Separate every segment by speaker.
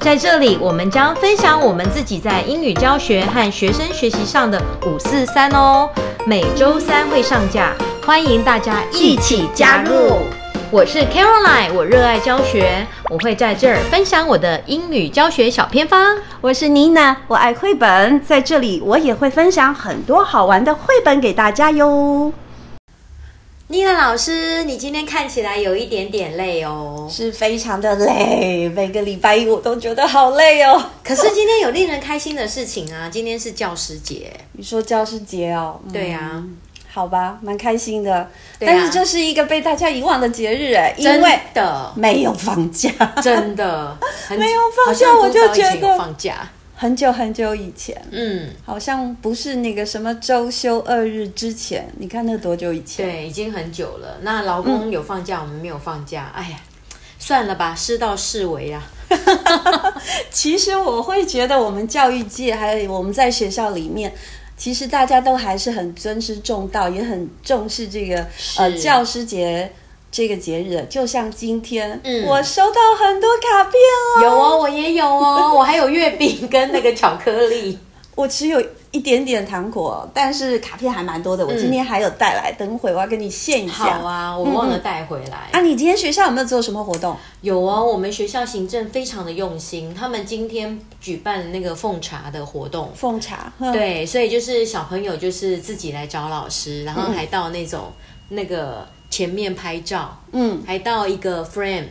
Speaker 1: 在这里，我们将分享我们自己在英语教学和学生学习上的五四三哦，每周三会上架，欢迎大家一起加入。我是 Caroline，我热爱教学，我会在这儿分享我的英语教学小偏方。
Speaker 2: 我是妮娜，我爱绘本，在这里我也会分享很多好玩的绘本给大家哟。
Speaker 1: 妮娜老师，你今天看起来有一点点累哦，
Speaker 2: 是非常的累，每个礼拜一我都觉得好累哦。
Speaker 1: 可是今天有令人开心的事情啊， 今天是教师节。
Speaker 2: 你说教师节哦？嗯
Speaker 1: 对啊
Speaker 2: 好吧，蛮开心的，
Speaker 1: 对啊
Speaker 2: 但是这是一个被大家遗忘的节日哎，因
Speaker 1: 真
Speaker 2: 为
Speaker 1: 的，
Speaker 2: 没有放 假，
Speaker 1: 真的很
Speaker 2: 没有放假
Speaker 1: 好像
Speaker 2: 我就
Speaker 1: 很早以前
Speaker 2: 觉得
Speaker 1: 有放假。
Speaker 2: 很久很久以前，
Speaker 1: 嗯，
Speaker 2: 好像不是那个什么周休二日之前，你看那多久以前？
Speaker 1: 对，已经很久了。那老公有放假，我们没有放假。哎呀，算了吧，事到事为啊啦。
Speaker 2: 其实我会觉得，我们教育界还有我们在学校里面，其实大家都还是很尊师重道，也很重视这个呃
Speaker 1: 是
Speaker 2: 教师节这个节日。就像今天，
Speaker 1: 嗯
Speaker 2: 我收到很多卡片哦，
Speaker 1: 有哦，我也有哦， 我还有月饼跟那个巧克力。
Speaker 2: 我只有一点点糖果，但是卡片还蛮多的。我今天还有带来，等会我要跟你献一
Speaker 1: 嗯好
Speaker 2: 下。
Speaker 1: 啊，我忘了带回来。
Speaker 2: 啊，你今天学校有没有做什么活动？
Speaker 1: 有哦，我们学校行政非常的用心，他们今天举办那个奉茶的活动。
Speaker 2: 奉茶，嗯哼，
Speaker 1: 对，所以就是小朋友就是自己来找老师，然
Speaker 2: 嗯
Speaker 1: 后还到那种、那个前面拍照，
Speaker 2: 嗯，
Speaker 1: 还到一个 frame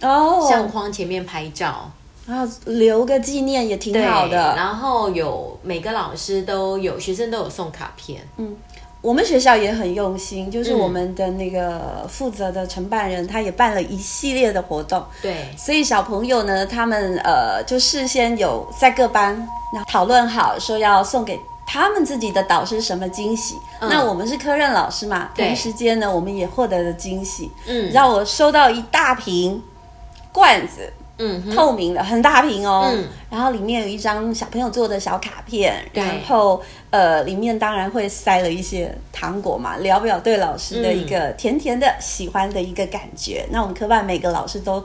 Speaker 1: 相
Speaker 2: 哦，
Speaker 1: 框前面拍照，
Speaker 2: 啊，留个纪念也挺好
Speaker 1: 对
Speaker 2: 的。
Speaker 1: 然后有每个老师都有学生都有送卡片，
Speaker 2: 我们学校也很用心，就是
Speaker 1: 嗯
Speaker 2: 我们的那个负责的承办人，他也办了一系列的活动。
Speaker 1: 对，
Speaker 2: 所以小朋友呢，他们呃就事先有在各班那讨论好，说要送给他们自己的导师什么惊喜。
Speaker 1: 嗯
Speaker 2: 那我们是科任老师嘛，
Speaker 1: 对
Speaker 2: 同时间呢，我们也获得了惊喜。
Speaker 1: 嗯，
Speaker 2: 让我收到一大瓶罐子，
Speaker 1: 嗯哼
Speaker 2: 透明的，很大瓶哦。
Speaker 1: 嗯
Speaker 2: 然后里面有一张小朋友做的小卡片，
Speaker 1: 对
Speaker 2: 然后呃，里面当然会塞了一些糖果嘛，聊表对老师的一
Speaker 1: 嗯
Speaker 2: 个甜甜的、喜欢的一个感觉。那我们科办每个老师都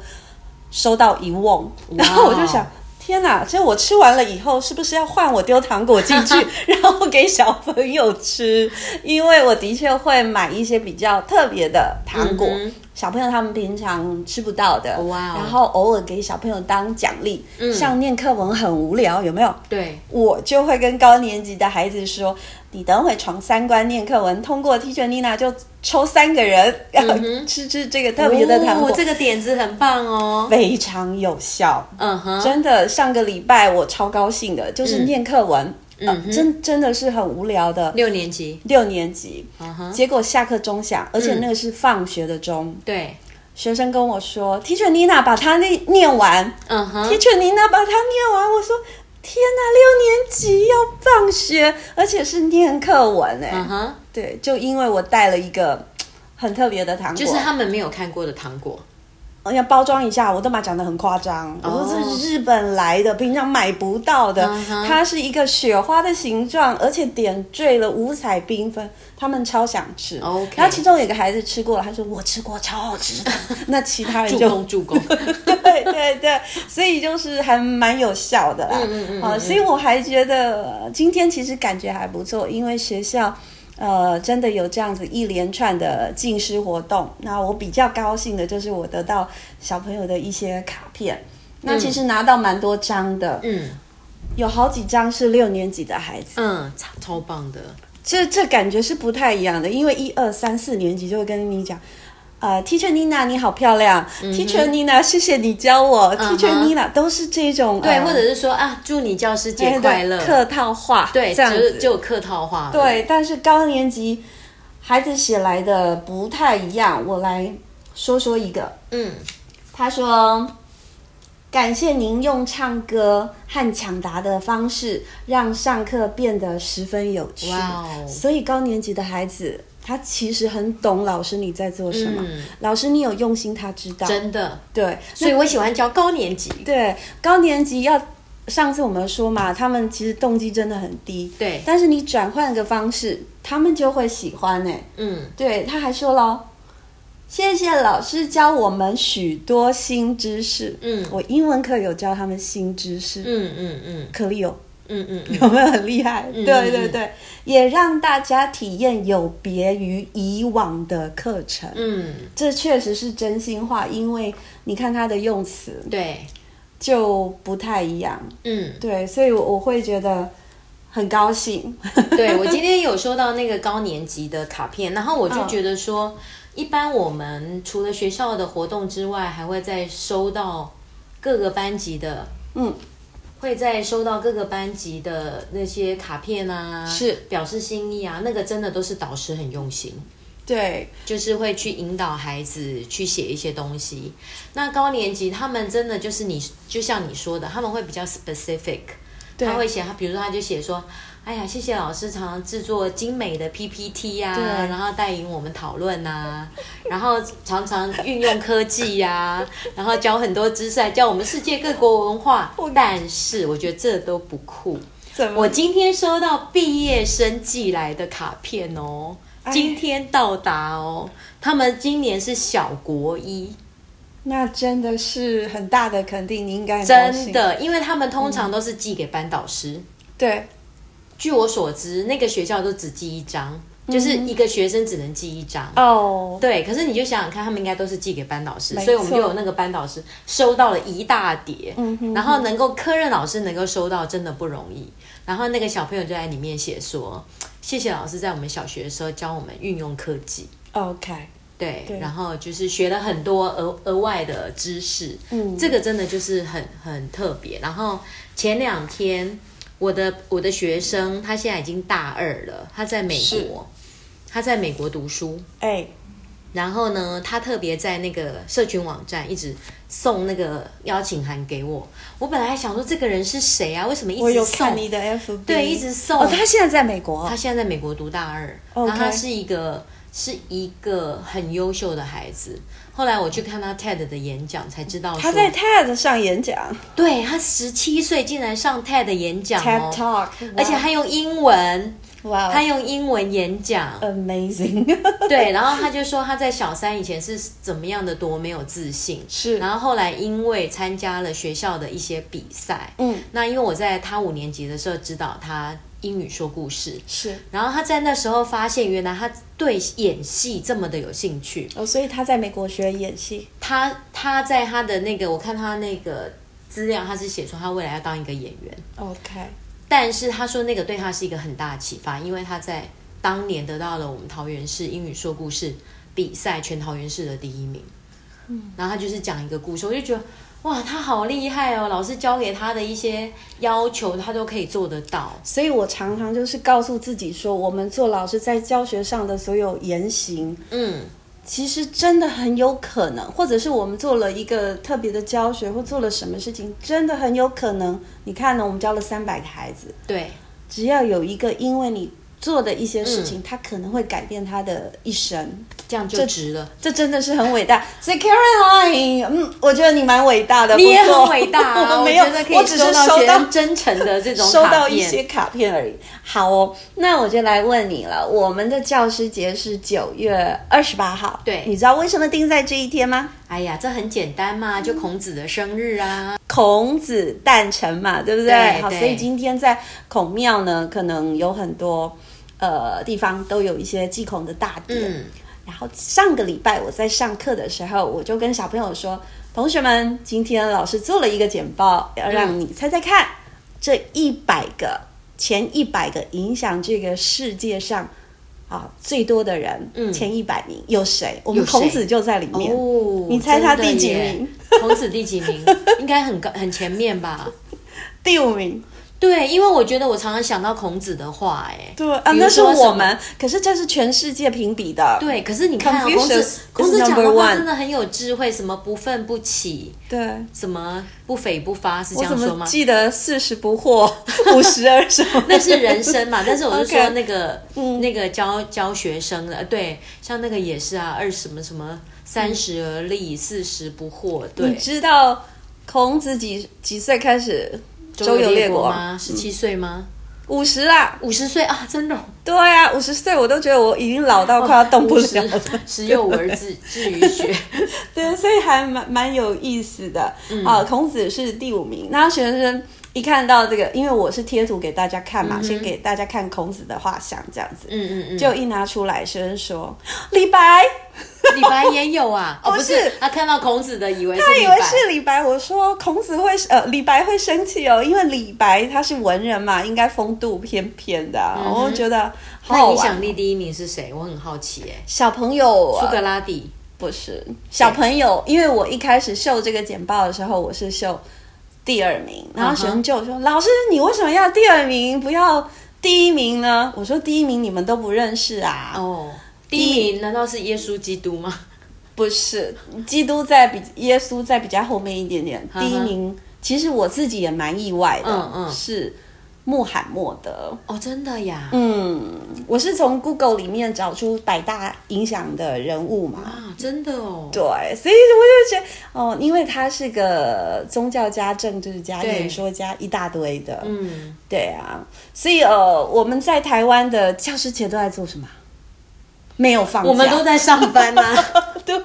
Speaker 2: 收到一瓮，然后我就想。天哪！这我吃完了以后，是不是要换我丢糖果进 去，然后给小朋友吃？因为我的确会买一些比较特别的糖果，
Speaker 1: 嗯哼
Speaker 2: 小朋友他们平常吃不到的。
Speaker 1: 哇哦嗯
Speaker 2: 然后偶尔给小朋友当奖励，像念课文很无聊，有没有？
Speaker 1: 对，
Speaker 2: 我就会跟高年级的孩子说：“你等会闯三关念课文，通过 Teacher Nina 就抽三个人，然后吃吃这个特别的糖果，
Speaker 1: 嗯哦，这个点子很棒哦，
Speaker 2: 非常有效。”
Speaker 1: 嗯哼，
Speaker 2: 真的，上个礼拜我超高兴的，
Speaker 1: 嗯
Speaker 2: 就是念课文，呃真真的是很无聊的
Speaker 1: 六年级，
Speaker 2: 六年级，
Speaker 1: 嗯哼，
Speaker 2: 结果下课钟响，而且那个是放学的钟，
Speaker 1: 对，
Speaker 2: 学生跟我说，Teacher Nina 把它那念完
Speaker 1: 嗯哼，
Speaker 2: ，Teacher Nina 把它念完，我说。天呐，六年级要放学，而且是念课文哎、
Speaker 1: 嗯哼，
Speaker 2: 对，就因为我带了一个很特别的糖果，
Speaker 1: 就是他们没有看过的糖果，
Speaker 2: 而且包装一下，我都把讲的很夸张，我说这是日本来的，平常买不到的
Speaker 1: 哦嗯哼
Speaker 2: 它是一个雪花的形状，而且点缀了五彩缤纷，他们超想吃。
Speaker 1: OK
Speaker 2: 然后其中有一个孩子吃过了，他说我吃过，超好吃的。 那其他人
Speaker 1: 助
Speaker 2: 就
Speaker 1: 攻助攻，
Speaker 2: 对对对，所以就是还蛮有效的啦。
Speaker 1: 嗯嗯嗯
Speaker 2: 啊，
Speaker 1: 嗯
Speaker 2: 所以我还觉得呃今天其实感觉还不错，因为学校。呃，真的有这样子一连串的进师活动。那我比较高兴的就是我得到小朋友的一些卡片，那其实拿到蛮多张的，
Speaker 1: 嗯
Speaker 2: 有好几张是六年级的孩子，
Speaker 1: 嗯，超超棒的，
Speaker 2: 这这感觉是不太一样的，因为一二三四年级就会跟你讲，呃，Teacher Nina 你好漂亮、t
Speaker 1: 嗯
Speaker 2: e a c h e r Nina 谢谢你教我、t e a c h e r Nina 都是这种
Speaker 1: 对，
Speaker 2: 呃
Speaker 1: 或者是说啊，祝你教师
Speaker 2: 哎
Speaker 1: 节
Speaker 2: 对
Speaker 1: 快乐，
Speaker 2: 客套话，
Speaker 1: 对，
Speaker 2: 这样
Speaker 1: 就
Speaker 2: 子
Speaker 1: 就有客套话了，
Speaker 2: 对，但是高年级孩子写来的不太一样，我来说说一个，
Speaker 1: 嗯，
Speaker 2: 他说：“感谢您用唱歌和抢答的方式，让上课变得十分有趣。
Speaker 1: 哇哦
Speaker 2: 所以高年级的孩子，他其实很懂老师你在做什么，
Speaker 1: 嗯
Speaker 2: 老师你有用心，他知道。
Speaker 1: 真的，
Speaker 2: 对，
Speaker 1: 所以我喜欢教高年级，
Speaker 2: 对，高年级要。上次我们说嘛，他们其实动机真的很低，
Speaker 1: 对
Speaker 2: 但是你转换个方式，他们就会喜欢哎、
Speaker 1: 嗯，
Speaker 2: 对，他还说了哦，谢谢老师教我们许多新知识。
Speaker 3: 嗯
Speaker 2: 我英文课有教他们新知识。
Speaker 3: 嗯嗯嗯
Speaker 2: 可丽哦，
Speaker 3: 嗯嗯嗯，
Speaker 2: 有没有很厉害？
Speaker 3: 嗯
Speaker 2: 对对
Speaker 3: 嗯
Speaker 2: 对，也让大家体验有别于以往的课程。
Speaker 3: 嗯，
Speaker 2: 这确实是真心话，因为你看它的用词
Speaker 3: 对，
Speaker 2: 就不太一样。
Speaker 3: 嗯，
Speaker 2: 对，所以我我会觉得很高兴。
Speaker 3: 对我今天有收到那个高年级的卡片，然后我
Speaker 2: 嗯
Speaker 3: 就觉得说，一般我们除了学校的活动之外，还会再收到各个班级的，
Speaker 2: 嗯，
Speaker 3: 会再收到各个班级的那些卡片啊，
Speaker 2: 是
Speaker 3: 表示心意啊，那个真的都是导师很用心。
Speaker 2: 对，
Speaker 3: 就是会去引导孩子去写一些东西。那高年级他们真的就是你，就像你说的，他们会比较 specific，
Speaker 2: 对
Speaker 3: 他会写他，比如说他就写说。哎呀，谢谢老师常常制作精美的 PPT 呀、
Speaker 2: 对
Speaker 3: 啊然后带领我们讨论呐、 然后常常运用科技呀、 然后教很多知识，啊还教我们世界各国文化。但是我觉得这都不酷，
Speaker 2: 怎么
Speaker 3: 我今天收到毕业生寄来的卡片哦，
Speaker 2: 哎
Speaker 3: 今天到达哦。他们今年是小国一，
Speaker 2: 那真的是很大的肯定，你应该很高兴
Speaker 3: 真的，因为他们通常都是寄给班导师。
Speaker 2: 对
Speaker 3: 据我所知，那个学校都只寄一张，
Speaker 2: 嗯
Speaker 3: 就是一个学生只能寄一张。
Speaker 2: 哦。
Speaker 3: 对，可是你就想想看，他们应该都是寄给班导师，
Speaker 2: 没错
Speaker 3: 所以我们就有那个班导师收到了一大叠，
Speaker 2: 嗯哼
Speaker 3: 然后能够科任老师能够收到真的不容易。然后那个小朋友就在里面写说：“谢谢老师在我们小学的时候教我们运用科技。”
Speaker 2: OK，
Speaker 3: 对，
Speaker 2: 对
Speaker 3: 然后就是学了很多额额外的知识，
Speaker 2: 嗯
Speaker 3: 这个真的就是很很特别。然后前两天我的我的学生他现在已经大二了，他在美
Speaker 2: 是
Speaker 3: 国，他在美国读书，
Speaker 2: 哎，
Speaker 3: 然后呢，他特别在那个社群网站一直送那个邀请函给我。我本来想说这个人是谁啊？为什么
Speaker 2: 我
Speaker 3: 一
Speaker 2: 有
Speaker 3: 直
Speaker 2: 看
Speaker 3: 送？
Speaker 2: 你的 FB，
Speaker 3: 对一直送
Speaker 2: 哦，他现在在美国
Speaker 3: 他，现在在美国读大二
Speaker 2: OK
Speaker 3: 然后他是一个是一个很优秀的孩子。后来我去看他 TED 的演讲，才知道
Speaker 2: 他
Speaker 3: 说，
Speaker 2: 在 TED 上演讲
Speaker 3: 对他十七岁竟然上 TED 的演讲
Speaker 2: ，TED
Speaker 3: 哦，
Speaker 2: Talk，哦
Speaker 3: 而且他用英文，
Speaker 2: 哇
Speaker 3: 他用英文演讲。
Speaker 2: ，Amazing，
Speaker 3: 对，然后他就说他在小三以前是怎么样的多没有自信，
Speaker 2: 是
Speaker 3: 然后后来因为参加了学校的一些比赛，
Speaker 2: 嗯，
Speaker 3: 那因为我在他五年级的时候指导他英语说故事，
Speaker 2: 是
Speaker 3: 然后他在那时候发现，原来他对演戏这么的有兴趣。
Speaker 2: 哦，所以他在美国学演戏，
Speaker 3: 他他在他的那个，我看他那个资料，他是写说他未来要当一个演员，
Speaker 2: OK，
Speaker 3: 但是他说那个对他是一个很大的启发，因为他在当年得到了我们桃园市英语说故事比赛全桃园市的第一名。嗯，然后他就是讲一个故事，我就觉得哇，他好厉害哦！老师教给他的一些要求，他都可以做得到。
Speaker 2: 所以我常常就是告诉自己说，我们做老师在教学上的所有言行，
Speaker 3: 嗯，
Speaker 2: 其实真的很有可能，或者是我们做了一个特别的教学，或做了什么事情，真的很有可能。你看呢，我们教了三百个孩子，
Speaker 3: 对，
Speaker 2: 只要有一个因为你做的一些事
Speaker 3: 嗯
Speaker 2: 情，他可能会改变他的一生，
Speaker 3: 这样就值了。
Speaker 2: 这真的是很伟大。所以 Caroline，嗯，我觉得你蛮伟大的，
Speaker 3: 你也
Speaker 2: 不错
Speaker 3: 很伟大、啊，
Speaker 2: 我们没有，
Speaker 3: 觉得可
Speaker 2: 我
Speaker 3: 以
Speaker 2: 只是
Speaker 3: 到
Speaker 2: 收
Speaker 3: 学
Speaker 2: 到
Speaker 3: 生真诚的这种
Speaker 2: 收到
Speaker 3: 卡
Speaker 2: 一
Speaker 3: 片
Speaker 2: 些卡片而已。好哦，那我就来问你了。我们的教师节是九月二十八号，
Speaker 3: 对
Speaker 2: 你知道为什么定在这一天吗？
Speaker 3: 哎呀，这很简单嘛，就孔子的生日啊。
Speaker 2: 孔子诞辰嘛，对不对？
Speaker 3: 对
Speaker 2: 好，
Speaker 3: 对
Speaker 2: 所以今天在孔庙呢，可能有很多呃地方都有一些祭孔的大典。
Speaker 3: 嗯，
Speaker 2: 然后上个礼拜我在上课的时候，我就跟小朋友说：“同学们，今天老师做了一个简报，要让你猜猜看，这一百个前一百个影响这个世界上啊最多的人，
Speaker 3: 嗯
Speaker 2: 前一百名有谁？我们
Speaker 3: 有谁
Speaker 2: 孔子就在里面。
Speaker 3: 哦，
Speaker 2: 你猜他第几
Speaker 3: 真的耶
Speaker 2: 名？
Speaker 3: 孔子第几名？应该很高，很前面吧？
Speaker 2: 第五名。
Speaker 3: 对，因为我觉得我常常想到孔子的话、哎，
Speaker 2: 对啊，
Speaker 3: 比如
Speaker 2: 那是
Speaker 3: 说什
Speaker 2: 我
Speaker 3: 么
Speaker 2: 们，可是这是全世界评比的。
Speaker 3: 对，可是你看、啊、孔
Speaker 2: Confucius is
Speaker 3: 子，孔子讲的
Speaker 2: number
Speaker 3: 话
Speaker 2: one
Speaker 3: 真的很有智慧，什么不愤不起，
Speaker 2: 对。
Speaker 3: 什么不悱不发，是这
Speaker 2: 我
Speaker 3: 样
Speaker 2: 怎
Speaker 3: 说
Speaker 2: 么
Speaker 3: 吗？
Speaker 2: 记得四十不惑，五十而什 么？
Speaker 3: 那是人生嘛，但是我 是
Speaker 2: OK 嗯
Speaker 3: 说那个那个教教学生的，呃对，像那个也是啊，二什么什么三十而立，四十不惑，
Speaker 2: 你
Speaker 3: 对，
Speaker 2: 知道孔子几几岁开始周游列
Speaker 3: 列
Speaker 2: 国？
Speaker 3: 吗？十七岁吗？
Speaker 2: 五十啦，
Speaker 3: 五十岁啊，真的
Speaker 2: 对啊，五十岁我都觉得我已经老到快要动不了了。
Speaker 3: 十有我儿子至于 学，
Speaker 2: 对，所以还蛮蛮有意思的啊、孔子是第五名，那学生一看到这个，因为我是贴图给大家看嘛，先给大家看孔子的画像这样子，
Speaker 3: 嗯嗯 嗯，
Speaker 2: 就一拿出来，学生说李白，
Speaker 3: 李白也有啊，哦
Speaker 2: 不
Speaker 3: 不
Speaker 2: 是
Speaker 3: 是，他看到孔子的以为是
Speaker 2: 他
Speaker 3: 李
Speaker 2: 以为
Speaker 3: 白，
Speaker 2: 是李白，我说孔子会呃李白会生气哦，因为李白他是文人嘛，应该风度翩翩的啊、我觉得好
Speaker 3: 嗯那
Speaker 2: 好
Speaker 3: 影
Speaker 2: 玩。
Speaker 3: 响力第一名是谁？我很好奇哎，
Speaker 2: 小朋友、
Speaker 3: 苏
Speaker 2: 啊、
Speaker 3: 格拉底，
Speaker 2: 不是小朋友，因为我一开始秀这个简报的时候，我是秀第二名，然后学
Speaker 3: 嗯
Speaker 2: 生就说：“老师，你为什么要第二名，不要第一名呢？”我说：“第一名你们都不认识啊。”
Speaker 3: 哦，第一名难道是耶稣基督吗？
Speaker 2: 不是，基督在比耶稣在比较后面一点点。第一名，其实我自己也蛮意外的，
Speaker 3: 嗯嗯
Speaker 2: 是穆罕默德。
Speaker 3: 哦，真的呀，
Speaker 2: 嗯，我是从 Google 里面找出百大影响的人物嘛。
Speaker 3: 啊，真的哦，
Speaker 2: 对，所以我就觉得，哦，因为他是个宗教家、政治家、
Speaker 3: 对
Speaker 2: 演说家，一大堆的。
Speaker 3: 嗯，
Speaker 2: 对啊，所以呃，我们在台湾的教师节都在做什么？没有放假，
Speaker 3: 我们都在上班呐、啊，
Speaker 2: 对，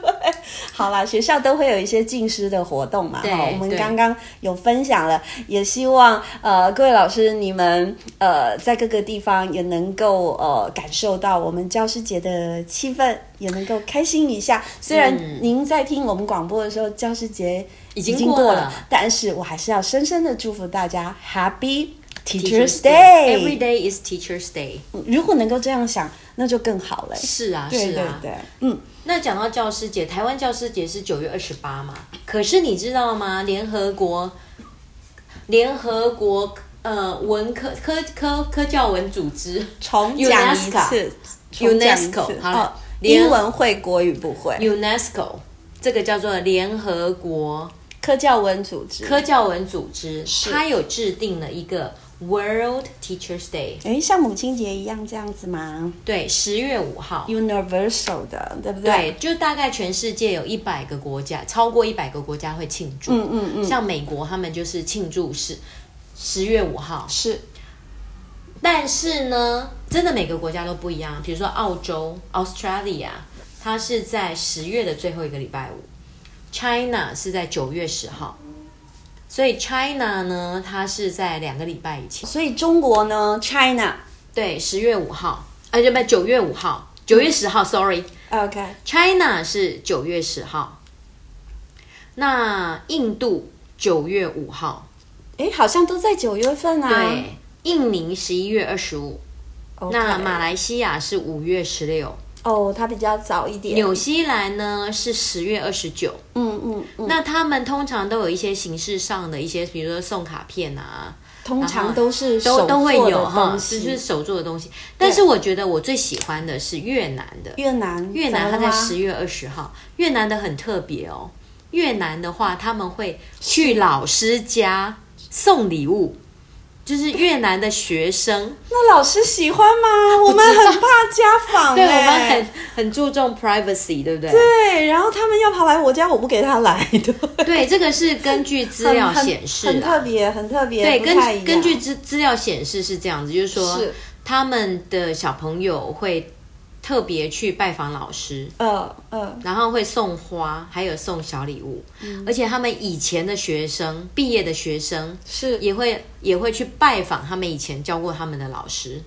Speaker 2: 好啦，学校都会有一些进师的活动嘛。
Speaker 3: 对
Speaker 2: 哈我们
Speaker 3: 对
Speaker 2: 刚刚有分享了，也希望呃各位老师你们呃在各个地方也能够呃感受到我们教师节的气氛，也能够开心一下。虽然
Speaker 3: 嗯
Speaker 2: 您在听我们广播的时候，教师节已
Speaker 3: 经
Speaker 2: 经
Speaker 3: 过
Speaker 2: 过
Speaker 3: 了
Speaker 2: 但是我还是要深深的祝福大家 Happy Teachers
Speaker 3: Teachers
Speaker 2: Day。
Speaker 3: Every day is Teachers Day。
Speaker 2: 如果能够这样想，那就更好了。
Speaker 3: 是啊，
Speaker 2: 对
Speaker 3: 是
Speaker 2: 对
Speaker 3: 啊。
Speaker 2: 对，嗯。
Speaker 3: 那讲到教师节，台湾教师节是九月二十八嘛？可是你知道吗？联合国，联合国呃文科科科科教文组织
Speaker 2: 重讲一
Speaker 3: UNESCO
Speaker 2: 次重讲一次
Speaker 3: UNESCO，好
Speaker 2: 哦
Speaker 3: 了，联
Speaker 2: 英文会，国语不会。
Speaker 3: UNESCO 这个叫做联合国
Speaker 2: 科教文组织，
Speaker 3: 科教文组织，它有制定了一个 World Teachers Day，
Speaker 2: 哎，像母亲节一样这样子吗
Speaker 3: 对，十月五号。
Speaker 2: ？Universal 的，对不
Speaker 3: 对，？就大概全世界有一百个国家，超过一百个国家会庆祝。
Speaker 2: 嗯嗯嗯
Speaker 3: 像美国他们就是庆祝是十月五号，
Speaker 2: 是
Speaker 3: 但是呢，真的每个国家都不一样。比如说澳洲 （Australia），它是在十月的最后一个礼拜五；China 是在九月十号。所以 China 呢，它是在两个礼拜以前，
Speaker 2: 所以中国呢，China，OK，、
Speaker 3: 对，十月五号，啊，就不九月五号，九月十号，sorry。
Speaker 2: OK
Speaker 3: China 是九月十号，那印度九月五号，
Speaker 2: 哎，好像都在九月份啊。
Speaker 3: 对，印尼十一月二十五，
Speaker 2: o k
Speaker 3: 那马来西亚是五月十六，
Speaker 2: 哦，它比较早一点。
Speaker 3: 纽西兰呢是十月二十九。
Speaker 2: 嗯嗯嗯，
Speaker 3: 那他们通常都有一些形式上的一些，比如说送卡片啊，
Speaker 2: 通常都是
Speaker 3: 都
Speaker 2: 手
Speaker 3: 都会
Speaker 2: 做的
Speaker 3: 有哈，
Speaker 2: 东
Speaker 3: 只
Speaker 2: 西
Speaker 3: 是手做的东西。但是我觉得我最喜欢的是越南的，
Speaker 2: 越南，
Speaker 3: 越南它
Speaker 2: 怎么
Speaker 3: 在
Speaker 2: 啦
Speaker 3: 十月二十号，越南的很特别哦。越南的话，他们会去老师家送礼物，就是越南的学生，
Speaker 2: 那老师喜欢 吗？我们很怕家访、
Speaker 3: 对我
Speaker 2: 哎
Speaker 3: 们很很注重 privacy，对不对？
Speaker 2: 对，然后他们要跑来我家，我不给他来的。
Speaker 3: 对，这个是根据资料
Speaker 2: 很
Speaker 3: 显示
Speaker 2: 很
Speaker 3: 啊
Speaker 2: 特别，很特别，
Speaker 3: 对，
Speaker 2: 不太一
Speaker 3: 根
Speaker 2: 样
Speaker 3: 根据资资料显示是这样子，就是说
Speaker 2: 是
Speaker 3: 他们的小朋友会特别去拜访老师，
Speaker 2: 呃呃，
Speaker 3: 然后会送花，还有送小礼物，
Speaker 2: 嗯
Speaker 3: 而且他们以前的学生毕业的学生
Speaker 2: 是
Speaker 3: 也会也会去拜访他们以前教过他们的老师，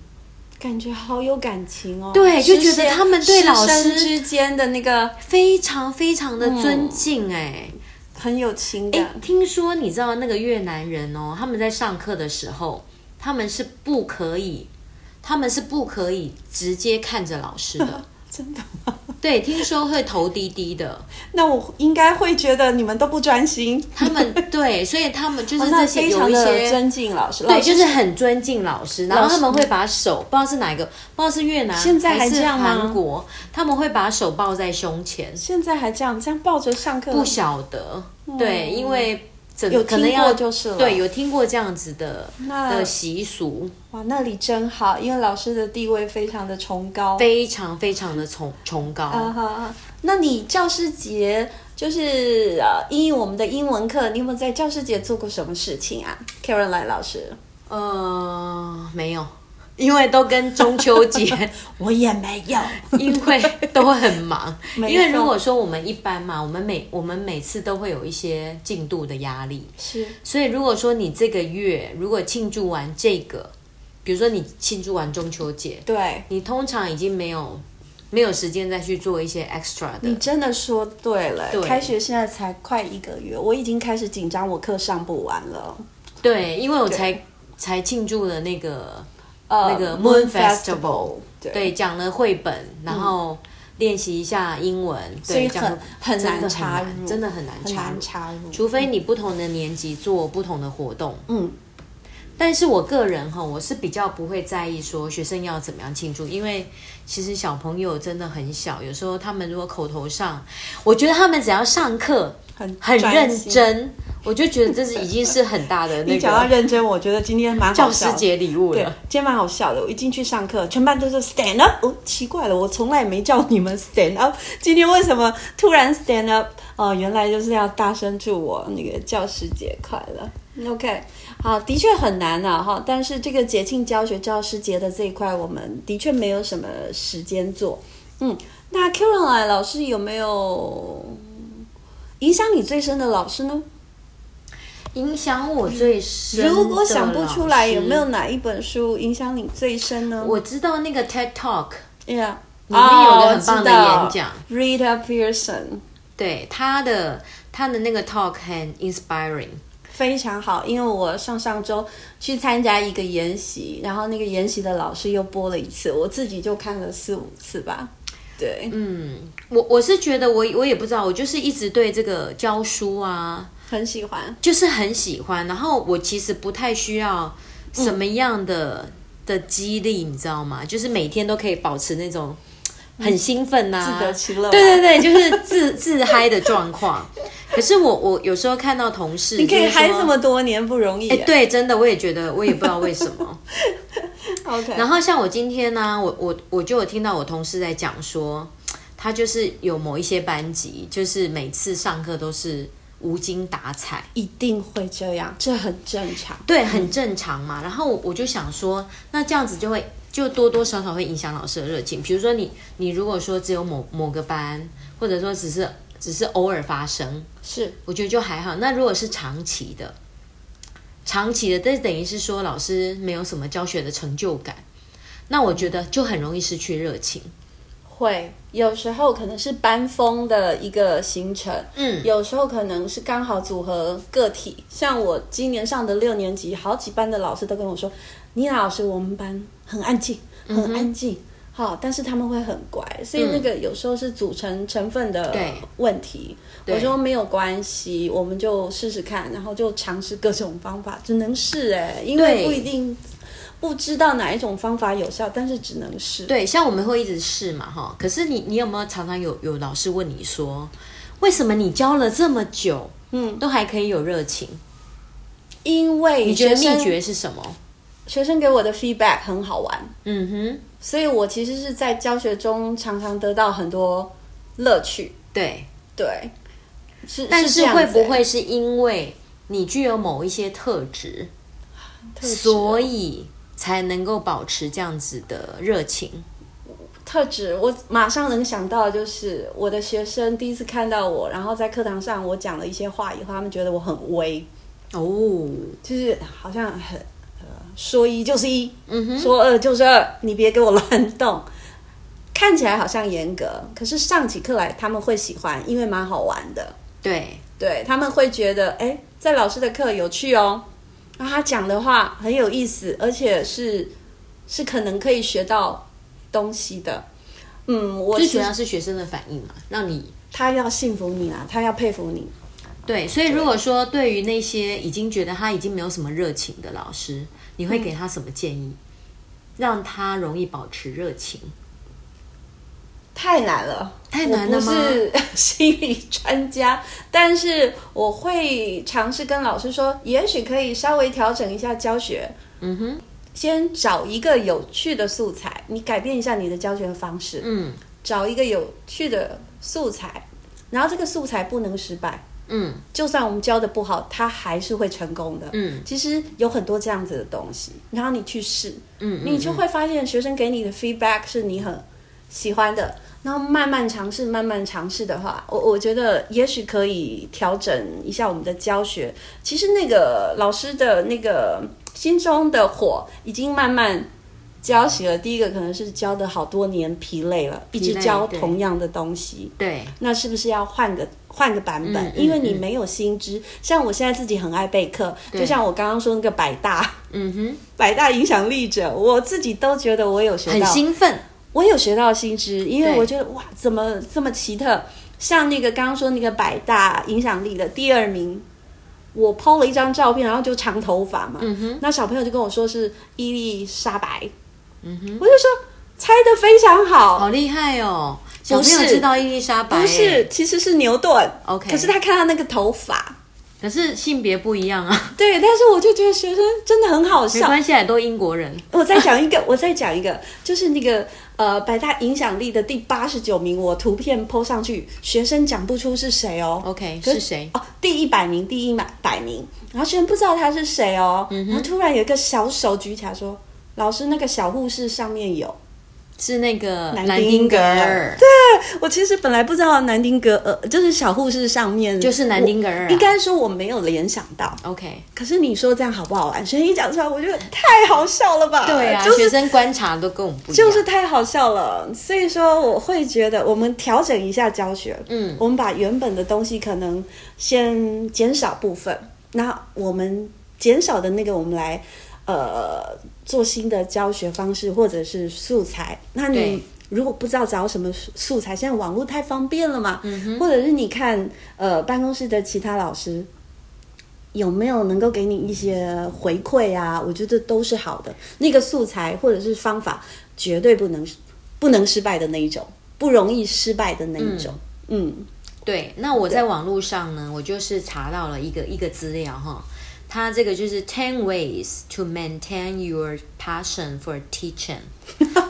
Speaker 2: 感觉好有感情哦。
Speaker 3: 对就觉得
Speaker 2: 师先
Speaker 3: 他们对老师
Speaker 2: 师生之间的那个
Speaker 3: 非常非常的
Speaker 2: 嗯
Speaker 3: 尊敬哎、
Speaker 2: 很有情
Speaker 3: 哎、
Speaker 2: 感。
Speaker 3: 听说你知道那个越南人哦，他们在上课的时候，他们是不可以，他们是不可以直接看着老师的。
Speaker 2: 真的吗？
Speaker 3: 对，听说会头低 低的，
Speaker 2: 那我应该会觉得你们都不专心。
Speaker 3: 他们对，所以他们就
Speaker 2: 哦
Speaker 3: 是
Speaker 2: 那
Speaker 3: 这些
Speaker 2: 非
Speaker 3: 有
Speaker 2: 常
Speaker 3: 一
Speaker 2: 的
Speaker 3: 些
Speaker 2: 尊敬老师，老
Speaker 3: 对，
Speaker 2: 师
Speaker 3: 就是很尊敬老师，然后
Speaker 2: 老师
Speaker 3: 他们会把手，不知道是哪一个，不知道是越南
Speaker 2: 现在还
Speaker 3: 还是
Speaker 2: 这样吗
Speaker 3: 韩国，他们会把手抱在胸前，
Speaker 2: 现在还这样这样抱着上课，
Speaker 3: 不晓得，对，因为整
Speaker 2: 哦有
Speaker 3: 可能
Speaker 2: 听
Speaker 3: 要
Speaker 2: 过就是了。
Speaker 3: 对，有听过这样子的
Speaker 2: 那
Speaker 3: 的习俗，
Speaker 2: 哇，那里真好，因为老师的地位非常的崇高。
Speaker 3: 非常非常的崇崇高。
Speaker 2: 啊哈啊！那你教师节就是呃，因为我们的英文课，你有没有在教师节做过什么事情啊？Karen 来老师，
Speaker 3: 呃，没有，因为都跟中秋节
Speaker 2: 我也没有。
Speaker 3: 因为都很忙，
Speaker 2: 没错
Speaker 3: 因为如果说我们一般嘛，我们每我们每次都会有一些进度的压力，
Speaker 2: 是，
Speaker 3: 所以如果说你这个月如果庆祝完这个，比如说你庆祝完中秋节，
Speaker 2: 对，
Speaker 3: 你通常已经没有没有时间再去做一些 extra
Speaker 2: 你
Speaker 3: 的，
Speaker 2: 真的说对了。
Speaker 3: 对
Speaker 2: 开学现在才快一个月，我已经开始紧张，我课上不完了。
Speaker 3: 对，因为我才才庆祝了那个
Speaker 2: 呃
Speaker 3: 那个 Moon Festival，
Speaker 2: Festival，对嗯
Speaker 3: 对，讲了绘本，然后练习一下英文，
Speaker 2: 所以
Speaker 3: 对，讲
Speaker 2: 很很
Speaker 3: 真的
Speaker 2: 难插
Speaker 3: 难
Speaker 2: 入，
Speaker 3: 真的很难
Speaker 2: 很
Speaker 3: 插入
Speaker 2: 难。插入。
Speaker 3: 除非你不同的年级做不同的活动，
Speaker 2: 嗯，
Speaker 3: 但是我个人哈，我是比较不会在意说学生要怎么样庆祝，因为其实小朋友真的很小，有时候他们如果口头上，我觉得他们只要上课
Speaker 2: 很
Speaker 3: 很
Speaker 2: 专
Speaker 3: 认
Speaker 2: 心。
Speaker 3: 真，我就觉得这是已经是很大的那
Speaker 2: 你讲到
Speaker 3: 个
Speaker 2: 认真，我觉得今天蛮
Speaker 3: 教
Speaker 2: 好笑
Speaker 3: 师
Speaker 2: 的。
Speaker 3: 节礼物
Speaker 2: 对
Speaker 3: 了。，
Speaker 2: 今天蛮好笑的。我一进去上课，全班都是 stand up。哦，奇怪了，我从来没叫你们 stand up，今天为什么突然 stand up？哦，原来就是要大声祝我那个教师节快乐。OK，好，的确很难啊哈。但是这个节庆教学教师节的这一块，我们的确没有什么时间做。嗯，那 Caroline 老师有没有影响你最深的老师呢？
Speaker 3: 影响我最深的
Speaker 2: 如果想不出来，
Speaker 3: 老师
Speaker 2: 有没有？哪一本书影响你最深呢？
Speaker 3: 我知道那个 TED Talk，
Speaker 2: Yeah，哦
Speaker 3: 里面有个很棒的演讲
Speaker 2: ，Rita Pearson
Speaker 3: 对他的他的那个 talk 很 inspiring。
Speaker 2: 非常好，因为我上上周去参加一个研习，然后那个研习的老师又播了一次，我自己就看了四五次吧。对，
Speaker 3: 嗯，我我是觉得我我也不知道，我就是一直对这个教书啊，
Speaker 2: 很喜欢。
Speaker 3: 就是很喜欢。然后我其实不太需要
Speaker 2: 嗯
Speaker 3: 什么样的、的激励，你知道吗？就是每天都可以保持那种很兴奋呐、
Speaker 2: 嗯自得其乐嘛
Speaker 3: 啊对对对，就是自自嗨的状况。可是我我有时候看到同事，
Speaker 2: 你可以
Speaker 3: 就是说哎
Speaker 2: 嗨这么多年不容易耶、
Speaker 3: 对，真的我也觉得，我也不知道为什么。
Speaker 2: ，OK，
Speaker 3: 然后像我今天呢、我我我就有听到我同事在讲说，他就是有某一些班级，就是每次上课都是无精打采，
Speaker 2: 一定会这样，这很正常。
Speaker 3: 对，很正常嘛。然后我我就想说，那这样子就会就多多少少会影响老师的热情。比如说你你如果说只有某某个班，或者说只是只是偶尔发生，
Speaker 2: 是
Speaker 3: 我觉得就还好。那如果是长期的，长期的，这等于是说老师没有什么教学的成就感，那我觉得就很容易失去热情。
Speaker 2: 会有时候可能是班风的一个形成，
Speaker 3: 嗯，
Speaker 2: 有时候可能是刚好组合个体，像我今年上的六年级，好几班的老师都跟我说，妮娜老师，我们班很安静，很安
Speaker 3: 嗯
Speaker 2: 静。好，但是他们会很乖，所以那个有时候是组成成分的
Speaker 3: 对
Speaker 2: 问题。我说没有关系，我们就试试看，然后就尝试各种方法，只能试哎、因为
Speaker 3: 对
Speaker 2: 不一定不知道哪一种方法有效，但是只能试。
Speaker 3: 对，像我们会一直试嘛，哈。可是你，你有没有常常有有老师问你说，为什么你教了这么久，
Speaker 2: 嗯，
Speaker 3: 都还可以有热情？
Speaker 2: 因为
Speaker 3: 你觉得
Speaker 2: 学生
Speaker 3: 秘诀是什么？
Speaker 2: 学生给我的 feedback 很好玩，
Speaker 3: 嗯哼，
Speaker 2: 所以我其实是在教学中常常得到很多乐趣。
Speaker 3: 对。
Speaker 2: 对，是，
Speaker 3: 但
Speaker 2: 是
Speaker 3: 是
Speaker 2: 这样
Speaker 3: 会
Speaker 2: 子
Speaker 3: 不会是因为你具有某一些特质，
Speaker 2: 特质哦
Speaker 3: 所以才能够保持这样子的热情？
Speaker 2: 特质，我马上能想到的就是我的学生第一次看到我，然后在课堂上我讲了一些话以后，他们觉得我很威，
Speaker 3: 哦，
Speaker 2: 就是好像很呃说一就是一，
Speaker 3: 嗯哼，
Speaker 2: 说二就是二，你别给我乱动。看起来好像严格，可是上起课来他们会喜欢，因为蛮好玩的。
Speaker 3: 对，
Speaker 2: 对他们会觉得，哎，在老师的课有趣哦，那他讲的话很有意思，而且是是可能可以学到东西的。嗯，我
Speaker 3: 最主
Speaker 2: 是
Speaker 3: 要是学生的反应嘛，让你
Speaker 2: 他要信服你啊，他要佩服你。
Speaker 3: 对。所以如果说对于那些已经觉得他已经没有什么热情的老师，你会给他什么建议，让他容易保持热情？
Speaker 2: 太难了，
Speaker 3: 太难了吗
Speaker 2: 我不是 心理专家，但是我会尝试跟老师说，也许可以稍微调整一下教学。
Speaker 3: 嗯哼，
Speaker 2: 先找一个有趣的素材，你改变一下你的教学方式。
Speaker 3: 嗯
Speaker 2: 找一个有趣的素材，然后这个素材不能失败，
Speaker 3: 嗯
Speaker 2: 就算我们教的不好，他还是会成功的。
Speaker 3: 嗯
Speaker 2: 其实有很多这样子的东西，然后你去试，
Speaker 3: 嗯，
Speaker 2: 你就会发现学生给你的 feedback 是你很喜欢的，然后慢慢尝试，慢慢尝试的话，我我觉得也许可以调整一下我们的教学。其实那个老师的那个心中的火已经慢慢。浇熄了。第一个可能是教的好多年疲累了，一直
Speaker 3: 疲累
Speaker 2: 教
Speaker 3: 对
Speaker 2: 同样的东西，
Speaker 3: 对，
Speaker 2: 那是不是要换个换个版本？
Speaker 3: 嗯嗯
Speaker 2: 因为你没有新知。像我现在自己很爱备课，就像我刚刚说那个百大，
Speaker 3: 嗯哼，
Speaker 2: 百大影响力者，我自己都觉得我有学
Speaker 3: 很
Speaker 2: 到，
Speaker 3: 兴奋，
Speaker 2: 我有学到新知，因为
Speaker 3: 对
Speaker 2: 我觉得哇，怎么这么奇特？像那个刚刚说那个百大影响力的第二名，我 PO 了一张照片，然后就长头发嘛，
Speaker 3: 嗯哼，
Speaker 2: 那小朋友就跟我说是伊丽莎白，
Speaker 3: 嗯哼，
Speaker 2: 我就说猜的非常好，
Speaker 3: 好厉害哦！小朋友
Speaker 2: 不是
Speaker 3: 知道伊丽莎白，
Speaker 2: 不是，其实是牛顿
Speaker 3: OK
Speaker 2: 可是他看到那个头发，
Speaker 3: 可是性别不一样啊，
Speaker 2: 对，但是我就觉得学生真的很好
Speaker 3: 没
Speaker 2: 笑，
Speaker 3: 关系啊，都英国人。
Speaker 2: 我再讲一个， 我再讲一个，就是那个呃，百大影响力的第八十九名，我图片 PO 上去，学生讲不出是谁哦。
Speaker 3: OK，
Speaker 2: 可
Speaker 3: 是谁？
Speaker 2: 哦，第一百名，第一百百名，然后学生不知道他是谁哦。
Speaker 3: 嗯
Speaker 2: 然后突然有一个小手举起来说：“老师，那个小护士上面有。
Speaker 3: 是那个
Speaker 2: 南
Speaker 3: 南
Speaker 2: 丁
Speaker 3: 丁格
Speaker 2: 格尔
Speaker 3: 尔，”
Speaker 2: 我其实本来不知道南丁格尔就是小护士上面，
Speaker 3: 就是南丁格尔啊
Speaker 2: 我应该说我没有联想到。
Speaker 3: OK，
Speaker 2: 可是你说这样好不好玩？学生一讲出来，我觉得太好笑了吧？
Speaker 3: 对啊，
Speaker 2: 就是
Speaker 3: 学生观察都跟我们不一样，
Speaker 2: 就是太好笑了，所以说我会觉得我们调整一下教学，
Speaker 3: 嗯，
Speaker 2: 我们把原本的东西可能先减少部分，那我们减少的那个我们来呃做新的教学方式或者是素材。那
Speaker 3: 对
Speaker 2: 你如果不知道找什么素素材，现在网络太方便了嘛，
Speaker 3: 嗯
Speaker 2: 或者是你看呃办公室的其他老师。有没有能够给你一些回馈啊？我觉得都是好的。那个素材或者是方法，绝对不能不能失败的那一种，不容易失败的那一种。嗯
Speaker 3: 对，那我在网络上呢，我就是查到了一个一个资料哈，它这个就是 Ten Ways to Maintain Your Passion for Teaching。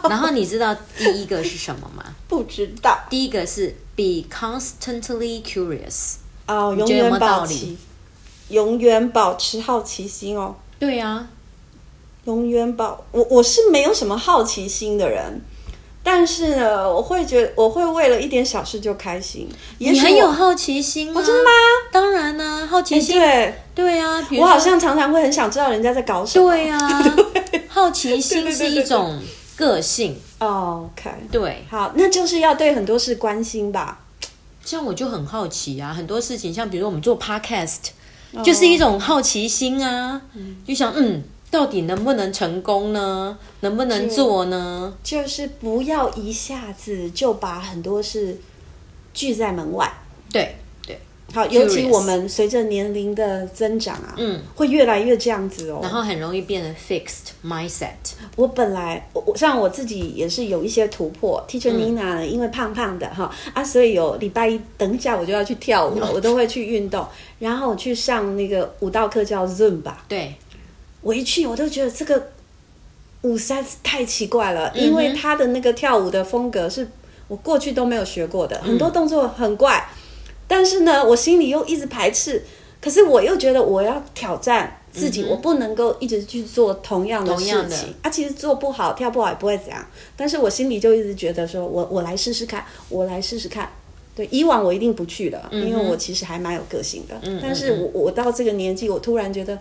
Speaker 3: 然后你知道第一个是什么吗？
Speaker 2: 不知道
Speaker 3: 第一个是 Be constantly curious。
Speaker 2: 哦，永
Speaker 3: 觉得有没
Speaker 2: 远
Speaker 3: 有道
Speaker 2: 保
Speaker 3: 理
Speaker 2: 持，永远保持好奇心哦，
Speaker 3: 对啊，
Speaker 2: 永远保我我是没有什么好奇心的人。但是呢，我会觉得我会为了一点小事就开心，也
Speaker 3: 你
Speaker 2: 许
Speaker 3: 很
Speaker 2: 我
Speaker 3: 有好奇心啊？
Speaker 2: 真的吗？
Speaker 3: 当然啦、好奇
Speaker 2: 哎
Speaker 3: 心。对啊，比
Speaker 2: 对
Speaker 3: 如
Speaker 2: 我好
Speaker 3: 说
Speaker 2: 像常常会很想知道人家在搞什么。
Speaker 3: 对啊，好奇心
Speaker 2: 对对
Speaker 3: 是
Speaker 2: 对
Speaker 3: 一
Speaker 2: 对
Speaker 3: 种个性。
Speaker 2: 哦，OK，
Speaker 3: 对，
Speaker 2: 好，那就是要对很多事关心吧。
Speaker 3: 像我就很好奇啊，很多事情，像比如说我们做 podcast，、就是
Speaker 2: 哦
Speaker 3: 一种好奇心啊，就想嗯，到底能不能成功呢？能不能做呢？
Speaker 2: 就是不要一下子就把很多事拒在门外。
Speaker 3: 对对，
Speaker 2: 好，尤其
Speaker 3: Curious
Speaker 2: 我们随着年龄的增长啊，
Speaker 3: 嗯，
Speaker 2: 会越来越这样子哦。
Speaker 3: 然后很容易变成 fixed mindset。
Speaker 2: 我本来我我像我自己也是有一些突破，Teacher Nina 呢因为胖胖的哈啊，所以有礼拜一等一下我就要去跳舞了，我都会去运动，然后我去上那个舞蹈课叫 Zoom 吧，
Speaker 3: 对，
Speaker 2: 我一去我都觉得这个舞实在是太奇怪
Speaker 3: 嗯
Speaker 2: 了，因为他的那个跳舞的风格是我过去都没有学过
Speaker 3: 嗯
Speaker 2: 的，很多动作很怪，但是呢，我心里又一直排斥，可是我又觉得我要挑战自己，我不能够一直去做同样的
Speaker 3: 嗯同
Speaker 2: 事
Speaker 3: 样的
Speaker 2: 情。啊，其实做不好、跳不好也不会怎样，但是我心里就一直觉得说，我我来试试看，我来试试看。对，以往我一定不去的，
Speaker 3: 嗯
Speaker 2: 因为我其实还蛮有个性的。但是我我到这个年纪，我突然觉得，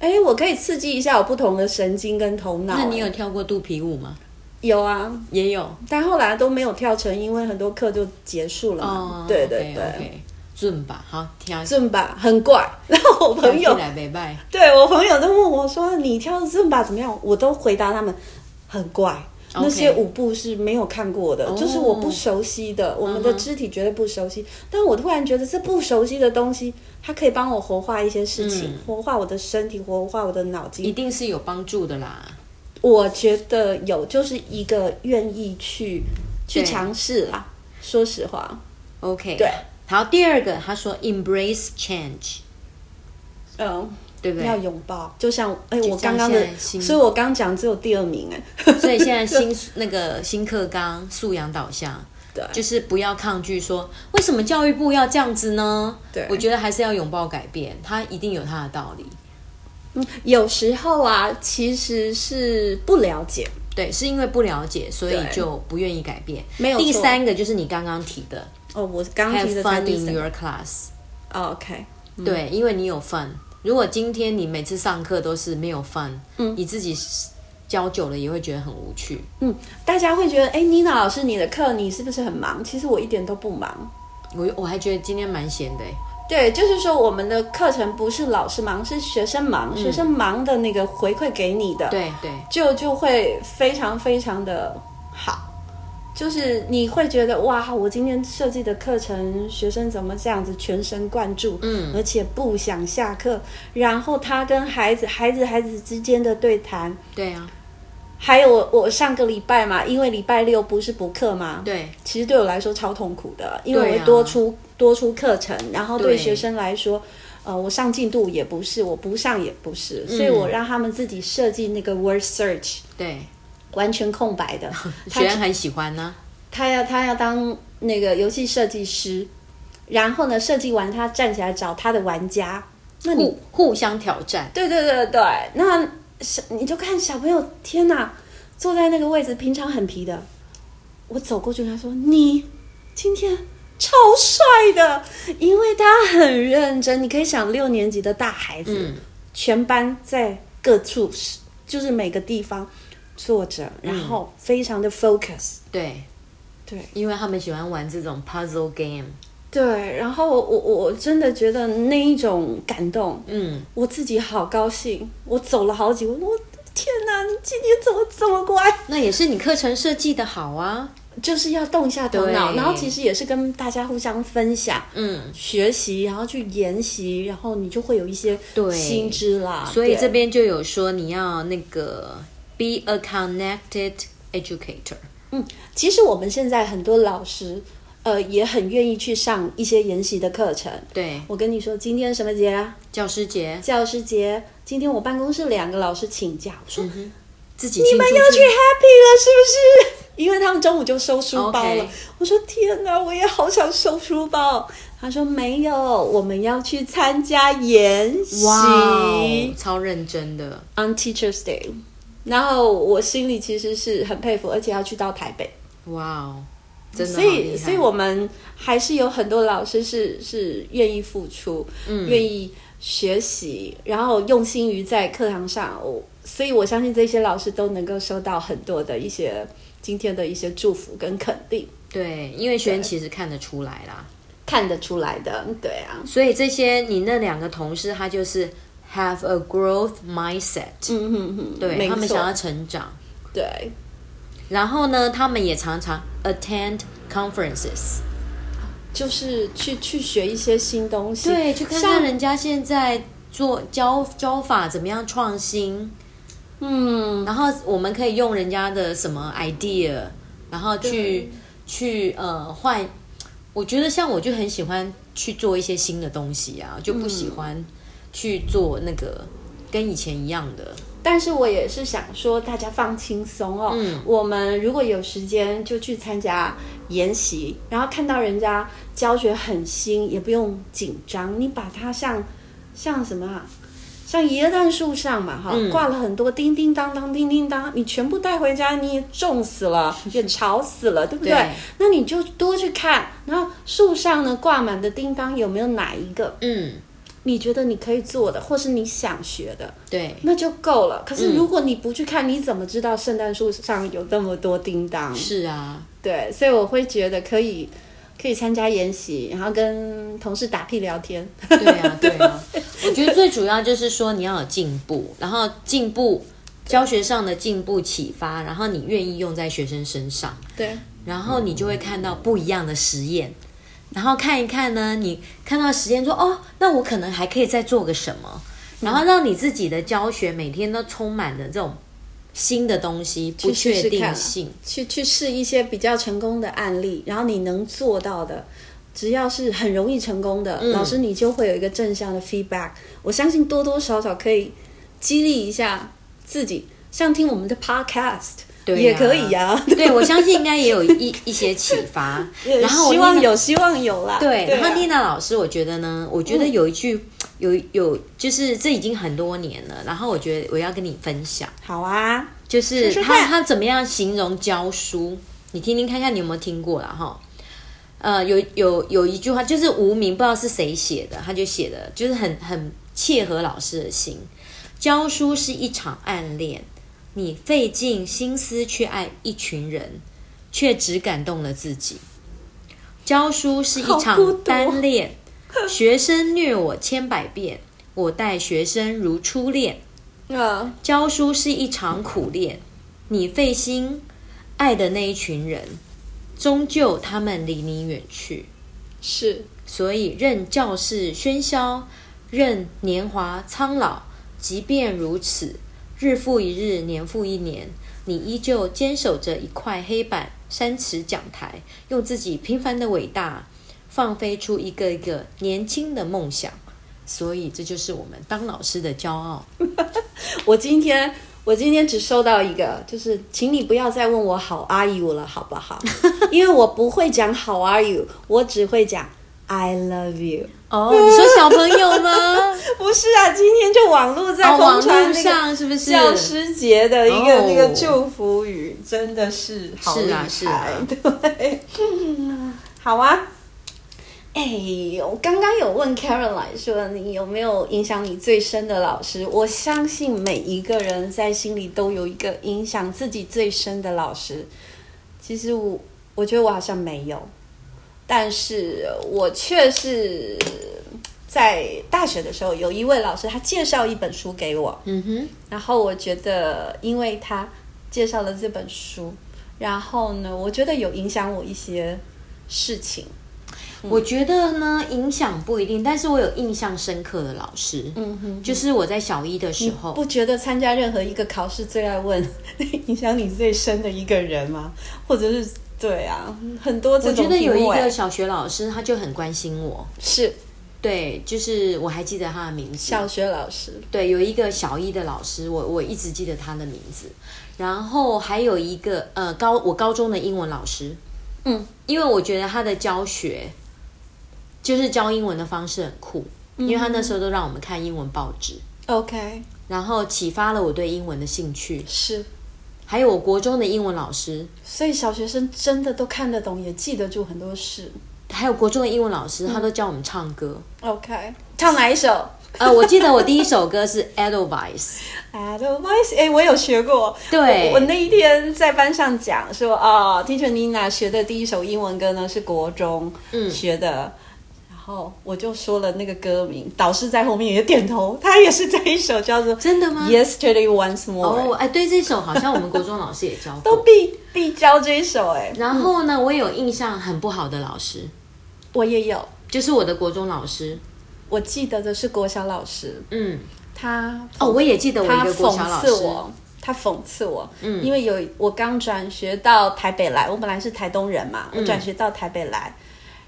Speaker 2: 哎，我可以刺激一下我不同的神经跟头脑。哎
Speaker 3: 那你有跳过肚皮舞吗？
Speaker 2: 有啊？
Speaker 3: 也有
Speaker 2: 但后来都没有跳成，因为很多课就结束了嘛。
Speaker 3: 哦，
Speaker 2: 对对
Speaker 3: o k
Speaker 2: 对，
Speaker 3: OK，准吧，好跳。
Speaker 2: 正吧很怪。 然后我朋友
Speaker 3: 跳起来拜拜，
Speaker 2: 对我朋友都问我说：“你跳 Zumba 怎么样？”我都回答他们很怪
Speaker 3: OK 哦
Speaker 2: 那些舞步是没有看过的就是我不熟悉
Speaker 3: 嗯
Speaker 2: 的我们的肢体绝对不熟悉。但我突然觉得这不熟悉的东西，它可以帮我活化一些事情，
Speaker 3: 嗯
Speaker 2: 活化我的身体，活化我的脑
Speaker 3: 一
Speaker 2: 筋。
Speaker 3: 定是有帮助的啦。
Speaker 2: 我觉得有，就是一个愿意去去
Speaker 3: 对
Speaker 2: 尝试啦。说实话，
Speaker 3: OK，
Speaker 2: 对，
Speaker 3: 好，第二个他说 embrace change，
Speaker 2: 嗯。
Speaker 3: 对不对
Speaker 2: 要？拥抱，就像哎、我
Speaker 3: 像
Speaker 2: 刚刚的
Speaker 3: 现在，新
Speaker 2: 所以我 刚讲只有第二名哎、
Speaker 3: 所以现在新那个新课纲素养导向，
Speaker 2: 对
Speaker 3: 就是不要抗拒说为什么教育部要这样子呢？
Speaker 2: 对
Speaker 3: 我觉得还是要拥抱改变，它一定有它的道理。
Speaker 2: 有时候啊，其实是不了解，
Speaker 3: 对，是因为不了解，所以
Speaker 2: 对
Speaker 3: 就不愿意改变。
Speaker 2: 没有
Speaker 3: 第
Speaker 2: 错
Speaker 3: 三个就是你刚刚提的
Speaker 2: 哦，我刚刚提
Speaker 3: ，have
Speaker 2: 的才
Speaker 3: fun
Speaker 2: 第
Speaker 3: in
Speaker 2: 三
Speaker 3: your class。
Speaker 2: 哦，OK，
Speaker 3: 对，因为你有 fun。如果今天你每次上课都是没有 fun，
Speaker 2: 嗯
Speaker 3: 你自己教久了也会觉得很无趣。
Speaker 2: 嗯，大家会觉得，哎、妮娜老师，你的课你是不是很忙？其实我一点都不忙。
Speaker 3: 我我还觉得今天蛮闲的欸，
Speaker 2: 对，就是说我们的课程不是老师忙，是学生忙，学生忙的那个回馈给你的，
Speaker 3: 对对
Speaker 2: 就就会非常非常的好，就是你会觉得哇，我今天设计的课程学生怎么这样子全神贯注，
Speaker 3: 嗯
Speaker 2: 而且不想下课，然后他跟孩子、孩子、孩子之间的对谈，
Speaker 3: 对啊，
Speaker 2: 还有我我上个礼拜嘛，因为礼拜六不是补课嘛，
Speaker 3: 对
Speaker 2: 其实对我来说超痛苦的，因为
Speaker 3: 对啊
Speaker 2: 我会多出、多出课程，然后
Speaker 3: 对
Speaker 2: 对学生来说，呃，我上进度也不是，我不上也不是，所以
Speaker 3: 嗯
Speaker 2: 我让他们自己设计那个 word search，
Speaker 3: 对，。
Speaker 2: 完全空白的
Speaker 3: 学员很喜欢呢、
Speaker 2: 他要他要当那个游戏设计师，然后呢，设计完他站起来找他的玩家，那你
Speaker 3: 互互相挑战，
Speaker 2: 对对对对，那小你就看小朋友，天哪，坐在那个位置，平常很皮的，我走过去跟他说：“你今天超帅的，因为他很认真。”你可以想，六年级的大孩子，
Speaker 3: 嗯
Speaker 2: 全班在各处，就是每个地方坐着，
Speaker 3: 嗯
Speaker 2: 然后非常的 focus。
Speaker 3: 对
Speaker 2: 对，
Speaker 3: 因为他们喜欢玩这种 puzzle game，
Speaker 2: 对，然后我我我真的觉得那一种感动，
Speaker 3: 嗯，
Speaker 2: 我自己好高兴，我走了好几步，我天哪，你今天怎么这么乖？
Speaker 3: 那也是你课程设计的好啊，
Speaker 2: 就是要动一下头脑，
Speaker 3: 对
Speaker 2: 然后其实也是跟大家互相分享、
Speaker 3: 嗯，
Speaker 2: 学习，然后去研习，然后你就会有一些
Speaker 3: 对
Speaker 2: 新知啦。
Speaker 3: 所以
Speaker 2: 对
Speaker 3: 这边就有说你要那个 be a connected educator，
Speaker 2: 嗯，其实我们现在很多老师，呃，也很愿意去上一些研习的课程。
Speaker 3: 对，
Speaker 2: 我跟你说，今天什么节啊？
Speaker 3: 教师节
Speaker 2: 教师节。今天我办公室两个老师请假，我说、
Speaker 3: 嗯自己你
Speaker 2: 你们要去 happy 了是 不是？因为他们中午就收书包了。
Speaker 3: OK
Speaker 2: 我说天哪，我也好想收书包。他说没有，我们要去参加研习
Speaker 3: 哇哦，超认真的，
Speaker 2: on Teachers Day。然后我心里其实是很佩服，而且要去到台北，
Speaker 3: 哇哦，真的好
Speaker 2: 所以
Speaker 3: 厉害
Speaker 2: 所以我们还是有很多老师是是愿意付出，
Speaker 3: 嗯
Speaker 2: 愿意学习，然后用心于在课堂上。我所以我相信这些老师都能够收到很多的一些今天的一些祝福跟肯定，
Speaker 3: 对，因为学员其实看得出来啦，
Speaker 2: 看得出来的。对啊，
Speaker 3: 所以这些你那两个同事他就是 have a growth mindset，、
Speaker 2: 嗯哼哼，
Speaker 3: 对
Speaker 2: 没
Speaker 3: 他们
Speaker 2: 错
Speaker 3: 想要成长，
Speaker 2: 对
Speaker 3: 然后呢，他们也常常 attend conferences，
Speaker 2: 就是去去学一些新东西，
Speaker 3: 对，去看看
Speaker 2: 像
Speaker 3: 人家现在做教教法怎么样创新，
Speaker 2: 嗯，
Speaker 3: 然后我们可以用人家的什么 idea，然后去
Speaker 2: 对
Speaker 3: 去呃换。我觉得像我就很喜欢去做一些新的东西啊，就
Speaker 2: 嗯
Speaker 3: 不喜欢去做那个跟以前一样的。
Speaker 2: 但是我也是想说，大家放轻松哦。
Speaker 3: 嗯
Speaker 2: 我们如果有时间就去参加研习，然后看到人家教学很新，也不用紧张。你把它像像什么啊？像椰蛋树上嘛，哈、
Speaker 3: 嗯
Speaker 2: 挂了很多叮叮当当、叮叮当，你全部带回家，你也种死 了，也吵死了，对不对？
Speaker 3: 对
Speaker 2: 那你就多去看，然后树上呢挂满的叮当有没有哪一个
Speaker 3: 嗯，
Speaker 2: 你觉得你可以做的，或是你想学的？
Speaker 3: 对，
Speaker 2: 那就够
Speaker 3: 嗯
Speaker 2: 了。可是如果你不去看，你怎么知道圣诞树上有那么多叮当？
Speaker 3: 是啊，
Speaker 2: 对，所以我会觉得可以可以参加研习，然后跟同事打屁聊天。
Speaker 3: 对 啊，对啊。我觉得最主要就是说你要有进步，然后进步教学上的进步启发，然后你愿意用在学生身上。
Speaker 2: 对，
Speaker 3: 然后你就会看到不一样的实验，然后看一看呢，你看到实验说哦，那我可能还可以再做个什么，然后让你自己的教学每天都充满了这种新的东西、不
Speaker 2: 去试试
Speaker 3: 确
Speaker 2: 看
Speaker 3: 定
Speaker 2: 啊
Speaker 3: 性。
Speaker 2: 去去试一些比较成功的案例，然后你能做到的。只要是很容易成功
Speaker 3: 嗯
Speaker 2: 的，老师你就会有一个正向的 feedback。我相信多多少少可以激励一下自己，像听我们的啊 podcast，
Speaker 3: 对
Speaker 4: 也
Speaker 3: 呀
Speaker 4: 可以呀
Speaker 3: 对，我相信应该也有一一些启 发。然后我
Speaker 4: 希望
Speaker 3: 另外
Speaker 4: 有，希望有啦。
Speaker 3: 对，
Speaker 4: 啊
Speaker 3: 然后丽娜老师，我觉得呢，我觉得有一句、有有，就是这已经很多年了。然后我觉得我要跟你分享，
Speaker 4: 好啊，
Speaker 3: 就是
Speaker 4: 说说
Speaker 3: 他
Speaker 4: 看
Speaker 3: 他怎么样形容教书，你听听看看你有没有听过啦哈。呃，有有有一句话就是无名，不知道是谁写的，他就写的，就是很很切合老师的心。教书是一场暗恋，你费尽心思去爱一群人，却只感动了自己。教书是一
Speaker 4: 好孤
Speaker 3: 场
Speaker 4: 独
Speaker 3: 单恋，学生虐我千百遍，我待学生如初恋。
Speaker 2: 嗯，
Speaker 3: 教书是一场苦练，你费心爱的那一群人，终究他们离你远去。
Speaker 2: 是
Speaker 3: 所以，任教室喧嚣，任年华苍老，即便如此，日复一日，年复一年，你依旧坚守着一块黑板、山尺讲台，用自己平凡的伟大，放飞出一个一个年轻的梦想。所以，这就是我们当老师的骄傲。
Speaker 2: 我今天我今天只收到一个，就是请你不要再问我好 are you 了，好不 好？因为我不会讲好 are you，我只会讲 I love you。
Speaker 3: 哦，你说小朋友吗？
Speaker 2: 不是啊，今天就网络在疯
Speaker 3: 哦网
Speaker 2: 传
Speaker 3: 络
Speaker 2: 那
Speaker 3: 上
Speaker 2: 个
Speaker 3: 是不是
Speaker 2: 教师节的一个
Speaker 3: 哦
Speaker 2: 那个祝福语，真的是好
Speaker 3: 是啊
Speaker 2: 厉害
Speaker 3: 是啊
Speaker 2: 对，好啊。哎，我刚刚有问 Karen 来说，你有没有影响你最深的老师？我相信每一个人在心里都有一个影响自己最深的老师。其实我我觉得我好像没有，但是我却是在大学的时候，有一位老师他介绍一本书给我，
Speaker 3: 嗯哼，
Speaker 2: 然后我觉得因为他介绍了这本书，然后呢，我觉得有影响我一些事情。嗯
Speaker 3: 我觉得呢，影响不一定，但是我有印象深刻的老师，
Speaker 2: 嗯哼，
Speaker 3: 就是我在小一的时候，
Speaker 2: 不觉得参加任何一个考试最爱问影响你最深的一个人吗？或者是对啊，很多这
Speaker 3: 我
Speaker 2: 种
Speaker 3: 觉得有一
Speaker 2: 题目
Speaker 3: 个
Speaker 2: 哎
Speaker 3: 小学老师，他就很关心我。
Speaker 2: 是
Speaker 3: 对，就是我还记得他的名字。
Speaker 2: 小学老师，
Speaker 3: 对，有一个小一的老师，我我一直记得他的名字。然后还有一个呃高我高中的英文老师，
Speaker 2: 嗯，
Speaker 3: 因为我觉得他的教学就是教英文的方式很酷，
Speaker 2: 嗯
Speaker 3: 因为他那时候都让我们看英文报纸，
Speaker 2: OK，
Speaker 3: 然后启发了我对英文的兴趣。
Speaker 2: 是，
Speaker 3: 还有我国中的英文老师，
Speaker 2: 所以小学生真的都看得懂，也记得住很多事。
Speaker 3: 还有国中的英文老师，他都教我们唱歌。
Speaker 2: OK，唱哪一首
Speaker 3: 呃，我记得我第一首歌是 Edelweiss。
Speaker 2: ？Advice，哎，我有学过。
Speaker 3: 对
Speaker 2: 我我那一天在班上讲说，哦，Teacher Nina 学的第一首英文歌呢是国中
Speaker 3: 嗯
Speaker 2: 学的，然后我就说了那个歌名，导师在后面也点头，他也是这一首叫做
Speaker 3: 真的吗
Speaker 2: Yesterday Once More，、
Speaker 3: 哦，哎，对，这首好像我们国中老师也教过。
Speaker 2: 都必必教这一首，哎，
Speaker 3: 然后呢，我有印象很不好的老师，
Speaker 2: 我也有，
Speaker 3: 就是我的国中老师。
Speaker 2: 我记得的是国小老师，
Speaker 3: 嗯，
Speaker 2: 他
Speaker 3: 哦，我也记得我一
Speaker 2: 他
Speaker 3: 个国小
Speaker 2: 讽
Speaker 3: 老
Speaker 2: 刺
Speaker 3: 师。
Speaker 2: 我，他讽刺我，嗯，因为有我刚转学到台北来，我本来是台东人嘛，
Speaker 3: 嗯
Speaker 2: 我转学到台北来，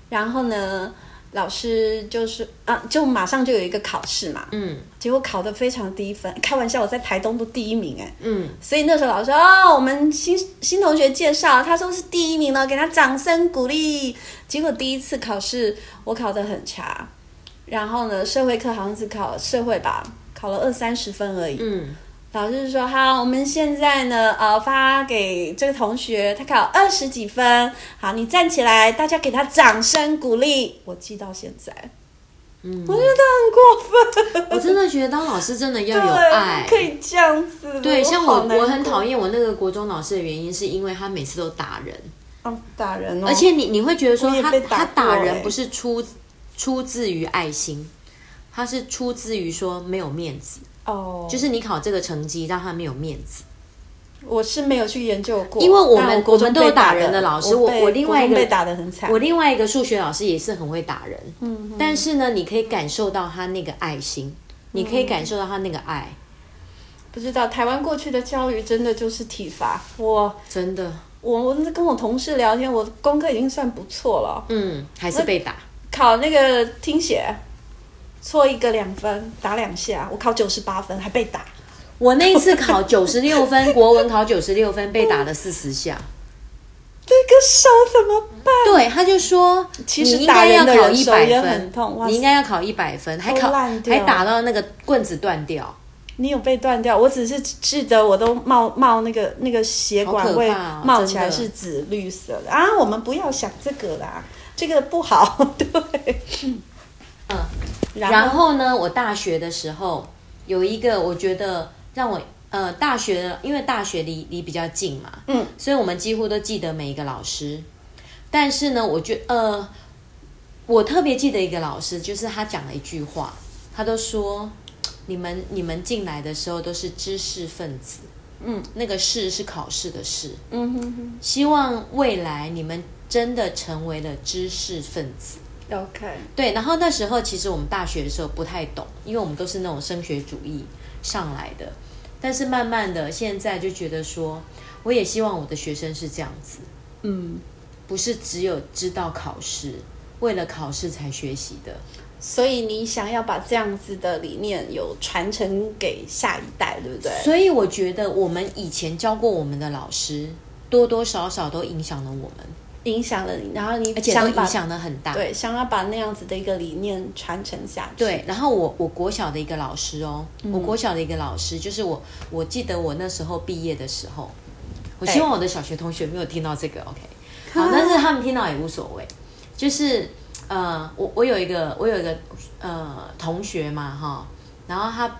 Speaker 2: 然后呢，老师就是啊，就马上就有一个考试嘛，
Speaker 3: 嗯
Speaker 2: 结果考得非常低分，开玩笑，我在台东都第一名哎、
Speaker 3: 嗯，
Speaker 2: 所以那时候老师说哦，我们新新同学介绍，他说是第一名了，给他掌声鼓励。结果第一次考试我考得很差，然后呢，社会课好像只考社会吧，考了二三十分而已。
Speaker 3: 嗯，
Speaker 2: 老师说好，我们现在呢，呃，发给这个同学，他考二十几分，好，你站起来，大家给他掌声鼓励。我记到现在，嗯，我觉得很过分，
Speaker 3: 我真的觉得当老师真的要有
Speaker 2: 对
Speaker 3: 爱。
Speaker 2: 可以这样子，
Speaker 3: 对，像我
Speaker 2: 好难
Speaker 3: 我很
Speaker 2: 过
Speaker 3: 讨厌我那个国中老师的原因，是因为他每次都打人，
Speaker 2: 哦，打人哦，
Speaker 3: 而且你你会觉得说
Speaker 2: 我也
Speaker 3: 他
Speaker 2: 被打
Speaker 3: 他
Speaker 2: 过
Speaker 3: 打人
Speaker 2: 欸
Speaker 3: 不是出出自于爱心，他是出自于说没有面子，
Speaker 2: 哦，
Speaker 3: 就是你考这个成绩让他没有面子。
Speaker 2: 我是没有去研究过，
Speaker 3: 因为我们
Speaker 2: 但国中
Speaker 3: 我们都有
Speaker 2: 被打
Speaker 3: 打人的老师
Speaker 2: 被
Speaker 3: 我我另外一个
Speaker 2: 国中被打的很惨，
Speaker 3: 我另外一个数学老师也是很会打人，
Speaker 2: 嗯
Speaker 3: 但是呢，你可以感受到他那个爱心，你可以感受到他那个爱，
Speaker 2: 不知道台湾过去的教育真的就是体罚，我
Speaker 3: 真的，
Speaker 2: 我我跟我同事聊天，我功课已经算不错了，
Speaker 3: 嗯，还是被打，
Speaker 2: 考那个听写错一个两分打两下，我考九十八分还被打，
Speaker 3: 我那一次考九十 六分，国文考九十六分，被打了四十下。
Speaker 2: 这个手怎么办？
Speaker 3: 对，他就说，
Speaker 2: 其实
Speaker 3: 你应该要
Speaker 2: 打人的
Speaker 3: 考
Speaker 2: 人
Speaker 3: 一
Speaker 2: 手
Speaker 3: 百
Speaker 2: 也很痛哇
Speaker 3: 分，你应该要考一百分，还考
Speaker 2: 烂掉
Speaker 3: 还打到那个棍子断掉，
Speaker 2: 你有被断掉？我只是记得我都冒冒那个那个血管
Speaker 3: 好可怕
Speaker 2: 会
Speaker 3: 哦
Speaker 2: 冒起来
Speaker 3: 真的
Speaker 2: 是紫绿色的啊！我们不要想这个啦，这个不好。 对，
Speaker 3: 嗯。
Speaker 2: 然
Speaker 3: 然后呢，我大学的时候有一个，我觉得让我呃大学，因为大学离离比较近嘛，
Speaker 2: 嗯，
Speaker 3: 所以我们几乎都记得每一个老师。但是呢，我觉呃，我特别记得一个老师，就是他讲了一句话，他都说你们你们进来的时候都是知识分子，
Speaker 2: 嗯，
Speaker 3: 那个试是考试的试，
Speaker 2: 嗯哼
Speaker 3: 希望未来你们真的成为了知识分子。
Speaker 2: 哼，OK，
Speaker 3: 对，然后那时候其实我们大学的时候不太懂，因为我们都是那种升学主义上来的。但是慢慢的，现在就觉得说，我也希望我的学生是这样子，
Speaker 2: 嗯，
Speaker 3: 不是只有知道考试，为了考试才学习的。
Speaker 2: 所以你想要把这样子的理念有传承给下一代，对不对？
Speaker 3: 所以我觉得我们以前教过我们的老师，多多少少都影响了我们，
Speaker 2: 影响了你，然后你
Speaker 3: 而且都
Speaker 2: 想把
Speaker 3: 影响的很大。
Speaker 2: 对，想要把那样子的一个理念传承下去。
Speaker 3: 对，然后我我国小的一个老师哦，我国小的一个老师，就是我我记得我那时候毕业的时候，我希望我的小学同学没有听到这个，OK，好，但是他们听到也无所谓，就是呃，我我有一个我有一个呃同学嘛哈，然后他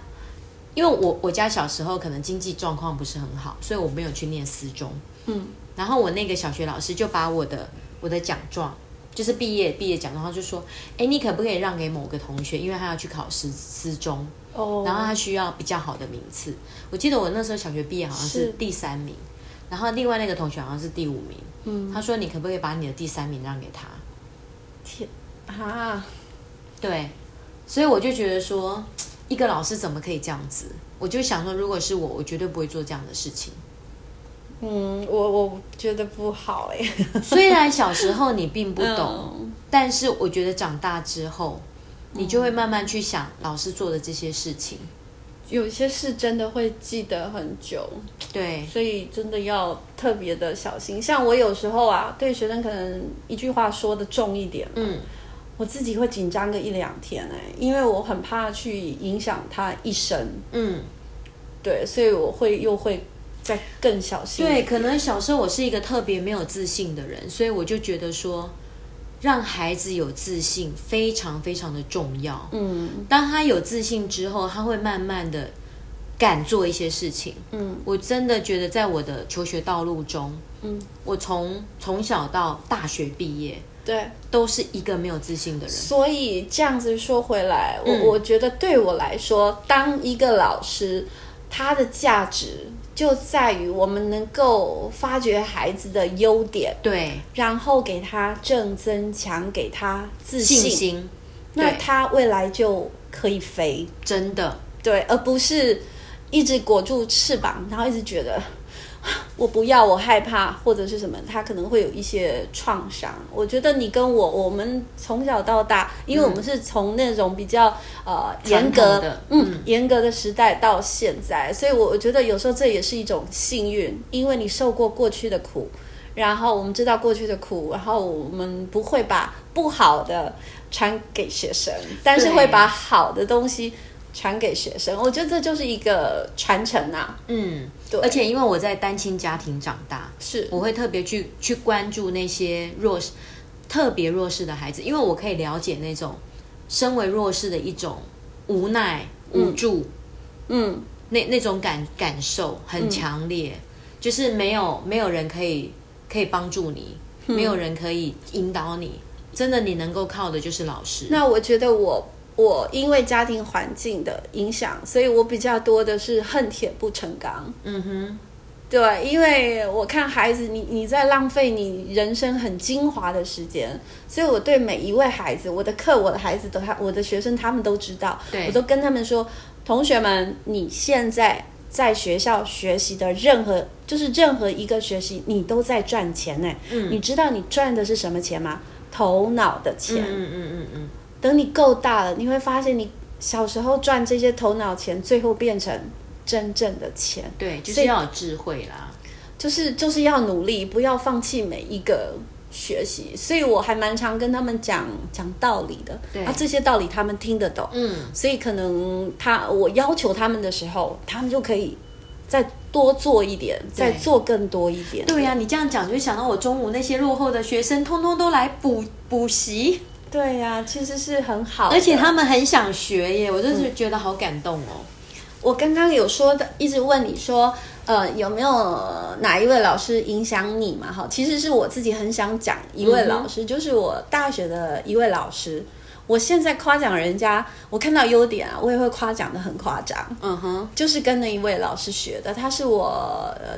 Speaker 3: 因为我我家小时候可能经济状况不是很好，所以我没有去念私中，
Speaker 2: 嗯，
Speaker 3: 然后我那个小学老师就把我的我的奖状，就是毕业毕业奖状，他就说，哎，你可不可以让给某个同学，因为他要去考师师中，
Speaker 2: 哦，
Speaker 3: 然后他需要比较好的名次。我记得我那时候小学毕业好像
Speaker 2: 是
Speaker 3: 是第三名，然后另外那个同学好像是第五名。嗯，他说你可不可以把你的第三名让给他？
Speaker 2: 天啊，
Speaker 3: 对，所以我就觉得说，一个老师怎么可以这样子？我就想说，如果是我，我绝对不会做这样的事情。
Speaker 2: 嗯，我我觉得不好哎、
Speaker 3: 虽然小时候你并不懂，
Speaker 2: 嗯
Speaker 3: 但是我觉得长大之后，你就会慢慢去想老师做的这些事情。
Speaker 2: 有些事真的会记得很久，
Speaker 3: 对，
Speaker 2: 所以真的要特别的小心。像我有时候啊，对学生可能一句话说的重一点，
Speaker 3: 嗯，
Speaker 2: 我自己会紧张个一两天哎、因为我很怕去影响他一生，
Speaker 3: 嗯，
Speaker 2: 对，所以我会又会再更小心。
Speaker 3: 对，可能小时候我是一个特别没有自信的人，所以我就觉得说，让孩子有自信非常非常的重要。
Speaker 2: 嗯
Speaker 3: 当他有自信之后，他会慢慢的敢做一些事情。
Speaker 2: 嗯，
Speaker 3: 我真的觉得在我的求学道路中，
Speaker 2: 嗯，
Speaker 3: 我从从小到大学毕业，
Speaker 2: 对。
Speaker 3: 都是一个没有自信的人。
Speaker 2: 所以这样子说回来，我、
Speaker 3: 嗯
Speaker 2: 我觉得对我来说，当一个老师，他的价值就在于我们能够发掘孩子的优点，
Speaker 3: 对，
Speaker 2: 然后给他正增强，给他自信，
Speaker 3: 信心
Speaker 2: 那
Speaker 3: 对
Speaker 2: 他未来就可以飞，
Speaker 3: 真的
Speaker 2: 对，而不是一直裹住翅膀，然后一直觉得。 啊我不要，我害怕，或者是什么，他可能会有一些创伤。我觉得你跟我，我们从小到大，因为我们是从那种比较、呃严
Speaker 3: 传统
Speaker 2: 格
Speaker 3: 的
Speaker 2: 嗯
Speaker 3: 嗯
Speaker 2: 严格的时代到现在，所以我我觉得有时候这也是一种幸运，因为你受过过去的苦，然后我们知道过去的苦，然后我们不会把不好的传给学生，但是
Speaker 3: 对
Speaker 2: 会把好的东西传给学生。我觉得这就是一个传承啊，
Speaker 3: 嗯，
Speaker 2: 对
Speaker 3: 而且因为我在单亲家庭长大，
Speaker 2: 是
Speaker 3: 我会特别去去关注那些弱势、特别弱势的孩子，因为我可以了解那种身为弱势的一种无奈、无助，
Speaker 2: 嗯，
Speaker 3: 那那种感感受很强烈，就是没有没有人可以可以帮助你，
Speaker 2: 嗯
Speaker 3: 没有人可以引导你，真的你能够靠的就是老师。
Speaker 2: 那我觉得我我因为家庭环境的影响，所以我比较多的是恨铁不成钢。
Speaker 3: 嗯哼，
Speaker 2: 对，因为我看孩子，你你在浪费你人生很精华的时间，所以我对每一位孩子，我的课，我的孩子都，我的学生，他们都知道，
Speaker 3: 对
Speaker 2: 我都跟他们说，同学们，你现在在学校学习的任何，就是任何一个学习，你都在赚钱呢、嗯，你知道你赚的是什么钱吗？头脑的钱。
Speaker 3: 嗯嗯嗯嗯，
Speaker 2: 等你够大了，你会发现你小时候赚这些头脑钱，最后变成真正的钱。
Speaker 3: 对，就
Speaker 2: 所
Speaker 3: 是
Speaker 2: 以
Speaker 3: 要有智慧啦。
Speaker 2: 就是就是要努力，不要放弃每一个学习。所以我还蛮常跟他们讲讲道理的，
Speaker 3: 对
Speaker 2: 啊，这些道理他们听得懂，
Speaker 3: 嗯，
Speaker 2: 所以可能他我要求他们的时候，他们就可以再多做一点，再做更多一点。
Speaker 3: 对呀、你这样讲就想到我中午那些落后的学生，通通都来补补习，
Speaker 2: 对呀、其实是很好的，
Speaker 3: 而且他们很想学耶，我真是觉得好感动哦。
Speaker 2: 我刚刚有说的，一直问你说，呃，有没有哪一位老师影响你嘛？哈，其实是我自己很想讲一位老师，就是我大学的一位老师。我现在夸奖人家，我看到优点啊，我也会夸奖的很夸张。
Speaker 3: 嗯哼，
Speaker 2: 就是跟那一位老师学的，他是我呃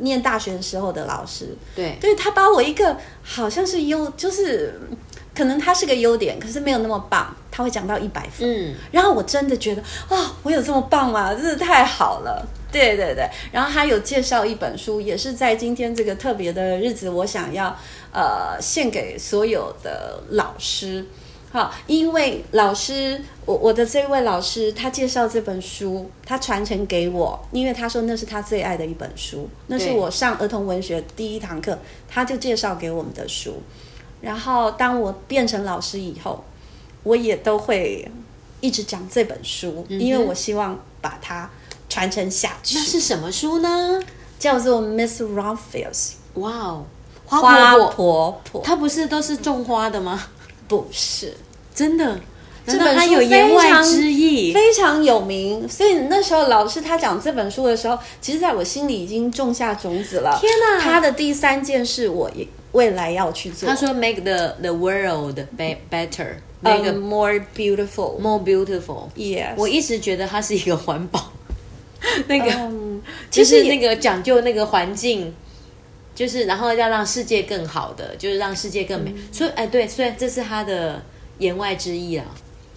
Speaker 2: 念大学的时候的老师，
Speaker 3: 对，
Speaker 2: 对他把我一个好像是优，就是嗯可能他是个优点，可是没有那么棒，他会讲到一百分。
Speaker 3: 嗯，
Speaker 2: 然后我真的觉得啊、我有这么棒吗？真的太好了。对对对，然后他有介绍一本书，也是在今天这个特别的日子，我想要呃献给所有的老师。好，因为老师，我我的这位老师，他介绍这本书，他传承给我，因为他说那是他最爱的一本书，那是
Speaker 3: 对
Speaker 2: 我上儿童文学第一堂课，他就介绍给我们的书。然后当我变成老师以后，我也都会一直讲这本书，因为我希望把它传承下去
Speaker 3: 嗯那。是什么书呢？
Speaker 2: 叫做 Miss Rumphius
Speaker 3: 哇哦，
Speaker 2: 花
Speaker 3: 婆婆，
Speaker 2: 婆婆，
Speaker 3: 她不是都是种花的吗？
Speaker 2: 不是
Speaker 3: 真的，难
Speaker 2: 这
Speaker 3: 道
Speaker 2: 本
Speaker 3: 她
Speaker 2: 书
Speaker 3: 有言
Speaker 2: 非
Speaker 3: 外
Speaker 2: 常
Speaker 3: 之意？
Speaker 2: 非常有名，所以那时候老师他讲这本书的时候，其实在我心里已经种下种子了。
Speaker 3: 天哪
Speaker 2: 他的第三件事，我也未来要去做。
Speaker 3: 他说 make the the world be- better,
Speaker 2: ，a
Speaker 3: make a
Speaker 2: Um, more beautiful。
Speaker 3: more beautiful。
Speaker 2: Yes，
Speaker 3: 我一直觉得它是一个环保， 那个、
Speaker 2: 嗯，其
Speaker 3: 就是
Speaker 2: 实
Speaker 3: 那
Speaker 2: 也
Speaker 3: 个讲究那个环境，就是然后要让世界更好的，就是让世界更美。
Speaker 2: 嗯
Speaker 3: 所以哎，对，虽然这是他的言外之意啊，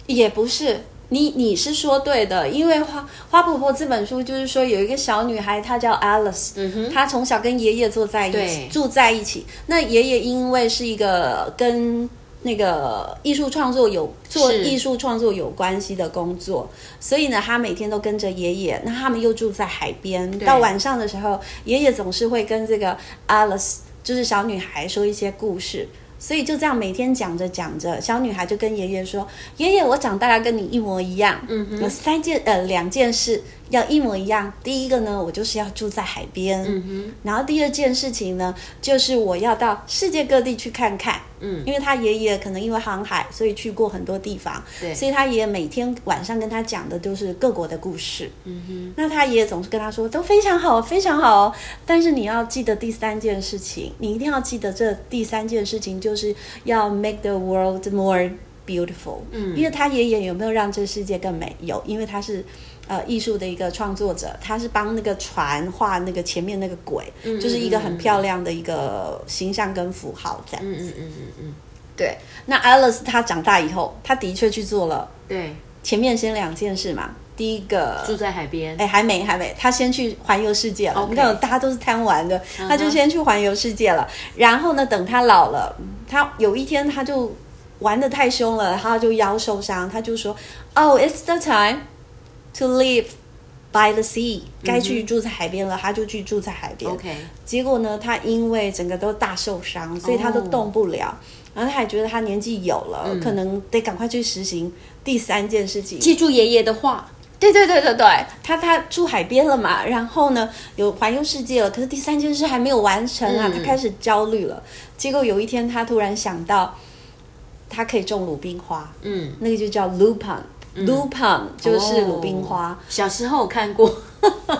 Speaker 2: 也不是。你你是说对的，因为花花婆婆这本书就是说有一个小女孩，她叫 Alice，、她从小跟爷爷住在一
Speaker 3: 嗯对
Speaker 2: 起，住在一起。那爷爷因为是一个跟那个艺术创作有做
Speaker 3: 是
Speaker 2: 艺术创作有关系的工作，所以呢，她每天都跟着爷爷。那他们又住在海边，到晚上的时候，爷爷总是会跟这个 Alice，就是小女孩说一些故事。所以就这样每天讲着讲着，小女孩就跟爷爷说：“爷爷，我长大要跟你一模一样。嗯有三件呃两件事要一模一样。第一个呢，我就是要住在海边。嗯哼。然后第二件事情呢，就是我要到世界各地去看看。嗯，因为他爷爷可能因为航海，所以去过很多地方。
Speaker 3: 对
Speaker 2: 所以他爷爷每天晚上跟他讲的都是各国的故事。嗯哼。那他爷爷总是跟他说都非常好，非常好哦。但是你要记得第三件事情，你一定要记得这第三件事情就是要 make the world more beautiful。嗯，因为他爷爷有没有让这世界更美？有，因为他是。呃，艺术的一个创作者，他是帮那个船画那个前面那个鬼，就是一个很漂亮的一个形象跟符号这样子。
Speaker 3: 嗯嗯嗯嗯，
Speaker 2: 对，那 Alice 她长大以后，她的确去做了
Speaker 3: 对，
Speaker 2: 前面先两件事嘛，第一个
Speaker 3: 住在海边，
Speaker 2: 哎，还没还没，他先去环游世界了。
Speaker 3: OK 嗯
Speaker 2: 你看，大家都是贪玩的，他就先去环游世界了。然后呢，等他老了，他有一天他就玩的太凶了，他就腰受伤，他就说：“Oh, it's the time to live by the sea。”该去住在海边了，他就去住在海边。
Speaker 3: 嗯 OK
Speaker 2: 结果呢，他因为整个都大受伤，所以他都
Speaker 3: 哦
Speaker 2: 动不了。然后他还觉得他年纪有了，可能得赶快去实行第三件事情，
Speaker 3: 记住爷爷的话，
Speaker 2: 对对对对对，他他住海边了嘛，然后呢有环游世界了，可是第三件事还没有完成啊，
Speaker 3: 嗯
Speaker 2: 他开始焦虑了。结果有一天他突然想到，他可以种鲁冰花，
Speaker 3: 嗯，
Speaker 2: 那个就叫 lupin，lupin、就是鲁冰花。
Speaker 3: 哦小时候我 看过，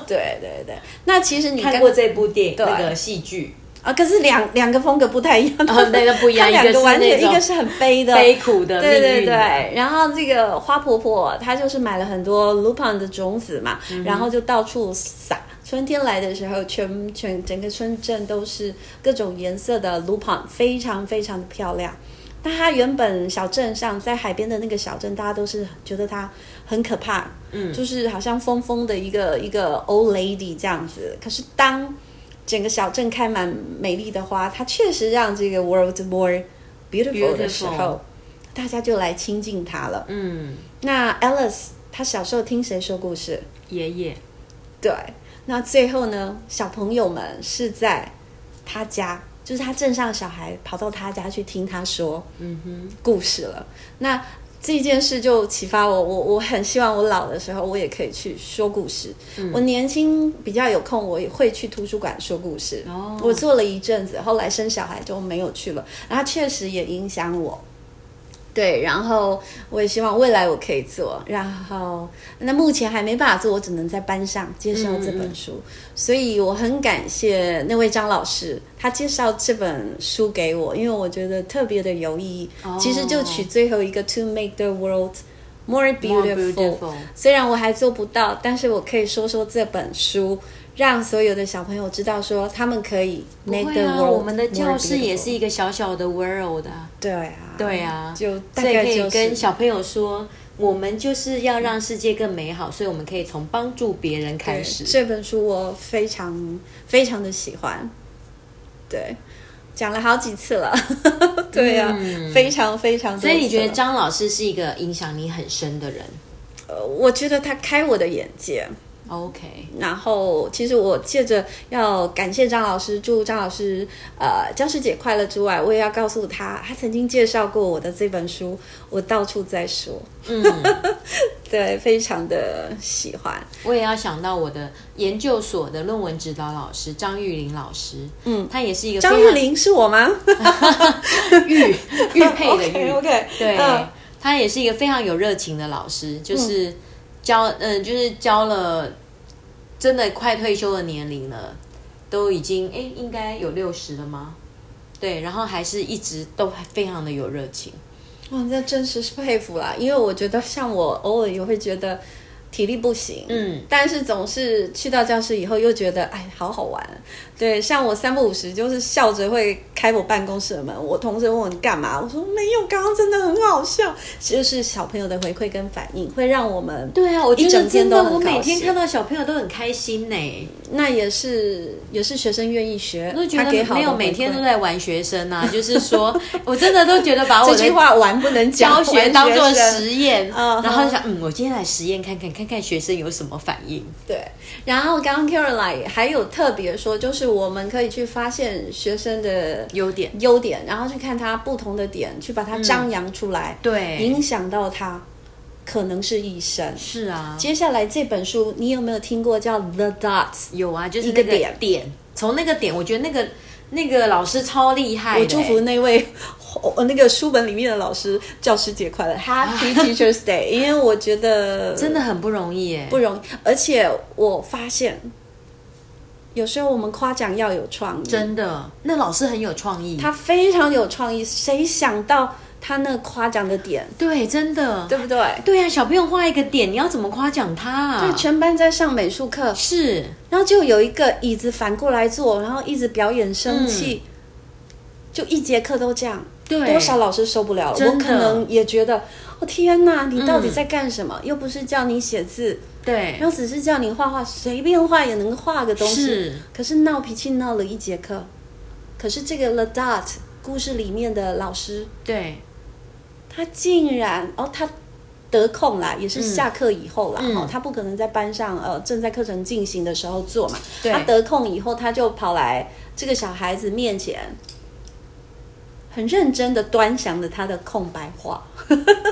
Speaker 2: 对对对，那其实你
Speaker 3: 看
Speaker 2: 跟
Speaker 3: 过这部电
Speaker 2: 对
Speaker 3: 那个戏剧，
Speaker 2: 啊，可是两两个风格不太一样，
Speaker 3: 哦对那不一样
Speaker 2: 它两
Speaker 3: 一个
Speaker 2: 个
Speaker 3: 是
Speaker 2: 完
Speaker 3: 那
Speaker 2: 全，
Speaker 3: 种
Speaker 2: 一个是很悲的
Speaker 3: 悲苦的
Speaker 2: 对
Speaker 3: 命
Speaker 2: 对
Speaker 3: 运的
Speaker 2: 对，然后这个花婆婆她就是买了很多 lupin 的种子嘛，
Speaker 3: 嗯
Speaker 2: 然后就到处撒。春天来的时候，全全整个村镇都是各种颜色的 lupin，非常非常的漂亮。那它原本小镇上在海边的那个小镇，大家都是觉得它很可怕，嗯，就是好像疯疯的一个一个 old lady 这样子。可是当整个小镇开满美丽的花，它确实让这个 world more beautiful 的时候
Speaker 3: Beautiful，
Speaker 2: 大家就来亲近它了。
Speaker 3: 嗯，
Speaker 2: 那 Alice 她小时候听谁说故事？
Speaker 3: 爷爷，
Speaker 2: 对，那最后呢，小朋友们是在他家，就是他镇上的小孩跑到他家去听他说，嗯哼，故事了。那这件事就启发我，我我很希望我老的时候，我也可以去说故事。
Speaker 3: 嗯
Speaker 2: 我年轻比较有空，我也会去图书馆说故事。
Speaker 3: 哦
Speaker 2: 我做了一阵子，后来生小孩就没有去了。然后确实也影响我。对，然后我也希望未来我可以做，然后那目前还没办法做，我只能在班上介绍这本书，
Speaker 3: 嗯
Speaker 2: 所以我很感谢那位张老师，他介绍这本书给我，因为我觉得特别的有意义。其实就取最后一个 “to make the world more
Speaker 3: 哦 More
Speaker 2: beautiful”，,
Speaker 3: beautiful
Speaker 2: 虽然我还做不到，但是我可以说说这本书，让所有的小朋友知道说他们可以 make
Speaker 3: 会
Speaker 2: the
Speaker 3: 啊，
Speaker 2: world。
Speaker 3: 我们的教室也是一个小小的 world 啊。
Speaker 2: 对啊，
Speaker 3: 对啊，
Speaker 2: 就大
Speaker 3: 所以
Speaker 2: 概
Speaker 3: 可
Speaker 2: 就
Speaker 3: 以
Speaker 2: 是
Speaker 3: 跟小朋友说，我们就是要让世界更美好，所以我们可以从帮助别人开始。
Speaker 2: 这本书我非常非常的喜欢，对，讲了好几次了， 对呀、非常非常多次
Speaker 3: 嗯所
Speaker 2: 了。
Speaker 3: 以你觉得张老师是一个影响你很深的人
Speaker 2: 呃我觉得他开我的眼界，
Speaker 3: ？OK，
Speaker 2: 然后其实我借着要感谢张老师，祝张老师呃教师节快乐之外，我也要告诉他，他曾经介绍过我的这本书，我到处在说，嗯， 对，非常的喜欢，
Speaker 3: 我也要想到我的研究所的论文指导老师张玉林老师，嗯，他也是一个非
Speaker 2: 张
Speaker 3: 常
Speaker 2: 玉玲是我吗？
Speaker 3: 玉玉佩的 玉
Speaker 2: OK，
Speaker 3: 对，
Speaker 2: 嗯
Speaker 3: 他也是一个非常有热情的老师，就是教嗯、就是教了真的快退休的年龄了，都已经哎应该有六十了吗？对，然后还是一直都非常的有热情。
Speaker 2: 哇，那真是是佩服啦！因为我觉得像我偶尔也会觉得体力不行，
Speaker 3: 嗯，
Speaker 2: 但是总是去到教室以后又觉得哎，好好玩。对，像我三不五时就是笑着会开我办公室的门，我同事问我你干嘛，我说没有，刚刚真的很好笑。就是小朋友的回馈跟反应会让我们
Speaker 3: 对啊，我
Speaker 2: 一
Speaker 3: 觉得
Speaker 2: 整
Speaker 3: 真
Speaker 2: 天都
Speaker 3: 的，
Speaker 2: 很高
Speaker 3: 我
Speaker 2: 兴。
Speaker 3: 每天看到小朋友都很开心呢、
Speaker 2: 那也是也是学生愿意学，
Speaker 3: 嗯我都觉
Speaker 2: 他给
Speaker 3: 得
Speaker 2: 好
Speaker 3: 没
Speaker 2: 的
Speaker 3: 有
Speaker 2: 回
Speaker 3: 每天
Speaker 2: 馈
Speaker 3: 都在玩学生啊， 就是说我真的都觉得把我
Speaker 2: 这
Speaker 3: 的
Speaker 2: 句话玩不能讲，
Speaker 3: 教学
Speaker 2: 玩
Speaker 3: 当做
Speaker 2: 生
Speaker 3: 实验，
Speaker 2: 嗯
Speaker 3: 然后就想嗯，我今天来实验看看，看看学生有什么反应。
Speaker 2: 对，然后刚刚 Caroline 还有特别说，就是我们可以去发现学生的
Speaker 3: 优点
Speaker 2: 优点，然后去看他不同的点，去把它张扬出来，
Speaker 3: 对
Speaker 2: 影响到他，可能是一生。
Speaker 3: 是啊，
Speaker 2: 接下来这本书，你有没有听过叫《The Dots》？
Speaker 3: 有啊，就是
Speaker 2: 一个
Speaker 3: 那
Speaker 2: 点
Speaker 3: 点，从那个点，我觉得那个那个老师超厉害的欸，
Speaker 2: 我祝福那位哦那个书本里面的老师，教师节快乐，Happy Teachers Day！因为我觉得
Speaker 3: 真的很不容易哎，
Speaker 2: 不容易，而且我发现，有时候我们夸奖要有创意，
Speaker 3: 真的，那老师很有创意，
Speaker 2: 他非常有创意，谁想到他那夸奖的点，
Speaker 3: 对，真的，
Speaker 2: 对不对？
Speaker 3: 对啊，小朋友画一个点，你要怎么夸奖他啊？
Speaker 2: 对，全班在上美术课，
Speaker 3: 是
Speaker 2: 然后就有一个椅子反过来坐，然后一直表演生气，就一节课都这样，
Speaker 3: 嗯对
Speaker 2: 多少老师受不了了。
Speaker 3: 真
Speaker 2: 我
Speaker 3: 的
Speaker 2: 可能也觉得，我、天哪，你到底在干什么？
Speaker 3: 嗯
Speaker 2: 又不是叫你写字，
Speaker 3: 对
Speaker 2: 然，后只是叫你画画，随便画也能画个东西。
Speaker 3: 是
Speaker 2: 可是闹脾气闹了一节课，可是这个 The Dot 故事里面的老师
Speaker 3: 对，
Speaker 2: 他竟然哦，他得空啦，也是下课以后啦，哦，他不可能在班上呃正在课程进行的时候做嘛，
Speaker 3: 对
Speaker 2: 他得空以后，他就跑来这个小孩子面前，很认真的端详着他的空白画，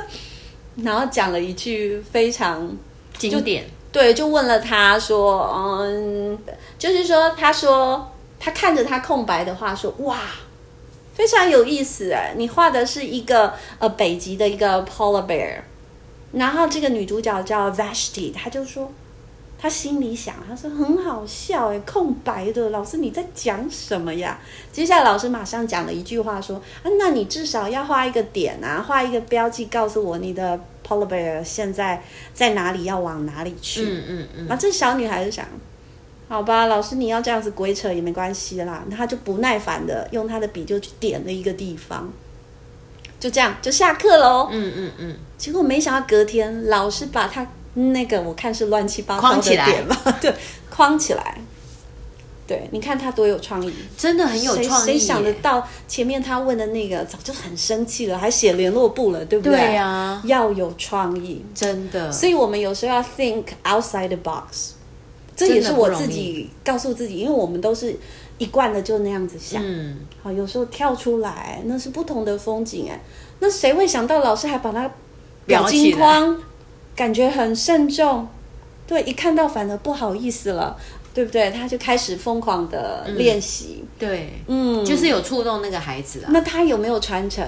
Speaker 2: 然后讲了一句非常
Speaker 3: 经典，
Speaker 2: 对，就问了他说，嗯，就是说，他说他看着他空白的画说，哇，非常有意思哎，你画的是一个呃北极的一个 polar bear，然后这个女主角叫 Vashti，她就说。她心里想，她说很好笑哎，空白的老师你在讲什么呀？接下来老师马上讲了一句话说啊，那你至少要画一个点啊，画一个标记告诉我你的 polar bear 现在在哪里，要往哪里去。
Speaker 3: 嗯嗯嗯，
Speaker 2: 啊，这小女孩就想，好吧，老师你要这样子鬼扯也没关系啦。那她就不耐烦的用她的笔就去点了一个地方，就这样就下课喽。
Speaker 3: 嗯嗯嗯，
Speaker 2: 结果没想到隔天老师把她那个我看是乱七八糟
Speaker 3: 框
Speaker 2: 的
Speaker 3: 起来
Speaker 2: 点吧， 对，框起来。对，你看她多有创意，
Speaker 3: 真的很有
Speaker 2: 谁
Speaker 3: 创意，
Speaker 2: 谁想得？到前面她问的那个早就很生气了，还写联络簿了，对不对？
Speaker 3: 对啊
Speaker 2: 要有创意。
Speaker 3: 真的，嗯
Speaker 2: 所以我们有时候要 think outside the box，这也是
Speaker 3: 真的不
Speaker 2: 我
Speaker 3: 容易
Speaker 2: 自己告诉自己，因为我们都是一贯的就那样子想。
Speaker 3: 嗯，
Speaker 2: 好，有时候跳出来那是不同的风景哎，那谁会想到老师还把它裱
Speaker 3: 裱
Speaker 2: 金
Speaker 3: 起来
Speaker 2: 框，感觉很慎重，对，一看到反而不好意思了，对不对？他就开始疯狂的
Speaker 3: 嗯
Speaker 2: 练习，
Speaker 3: 对，
Speaker 2: 嗯，
Speaker 3: 就是有触动那个孩子啊。
Speaker 2: 那他有没有传承？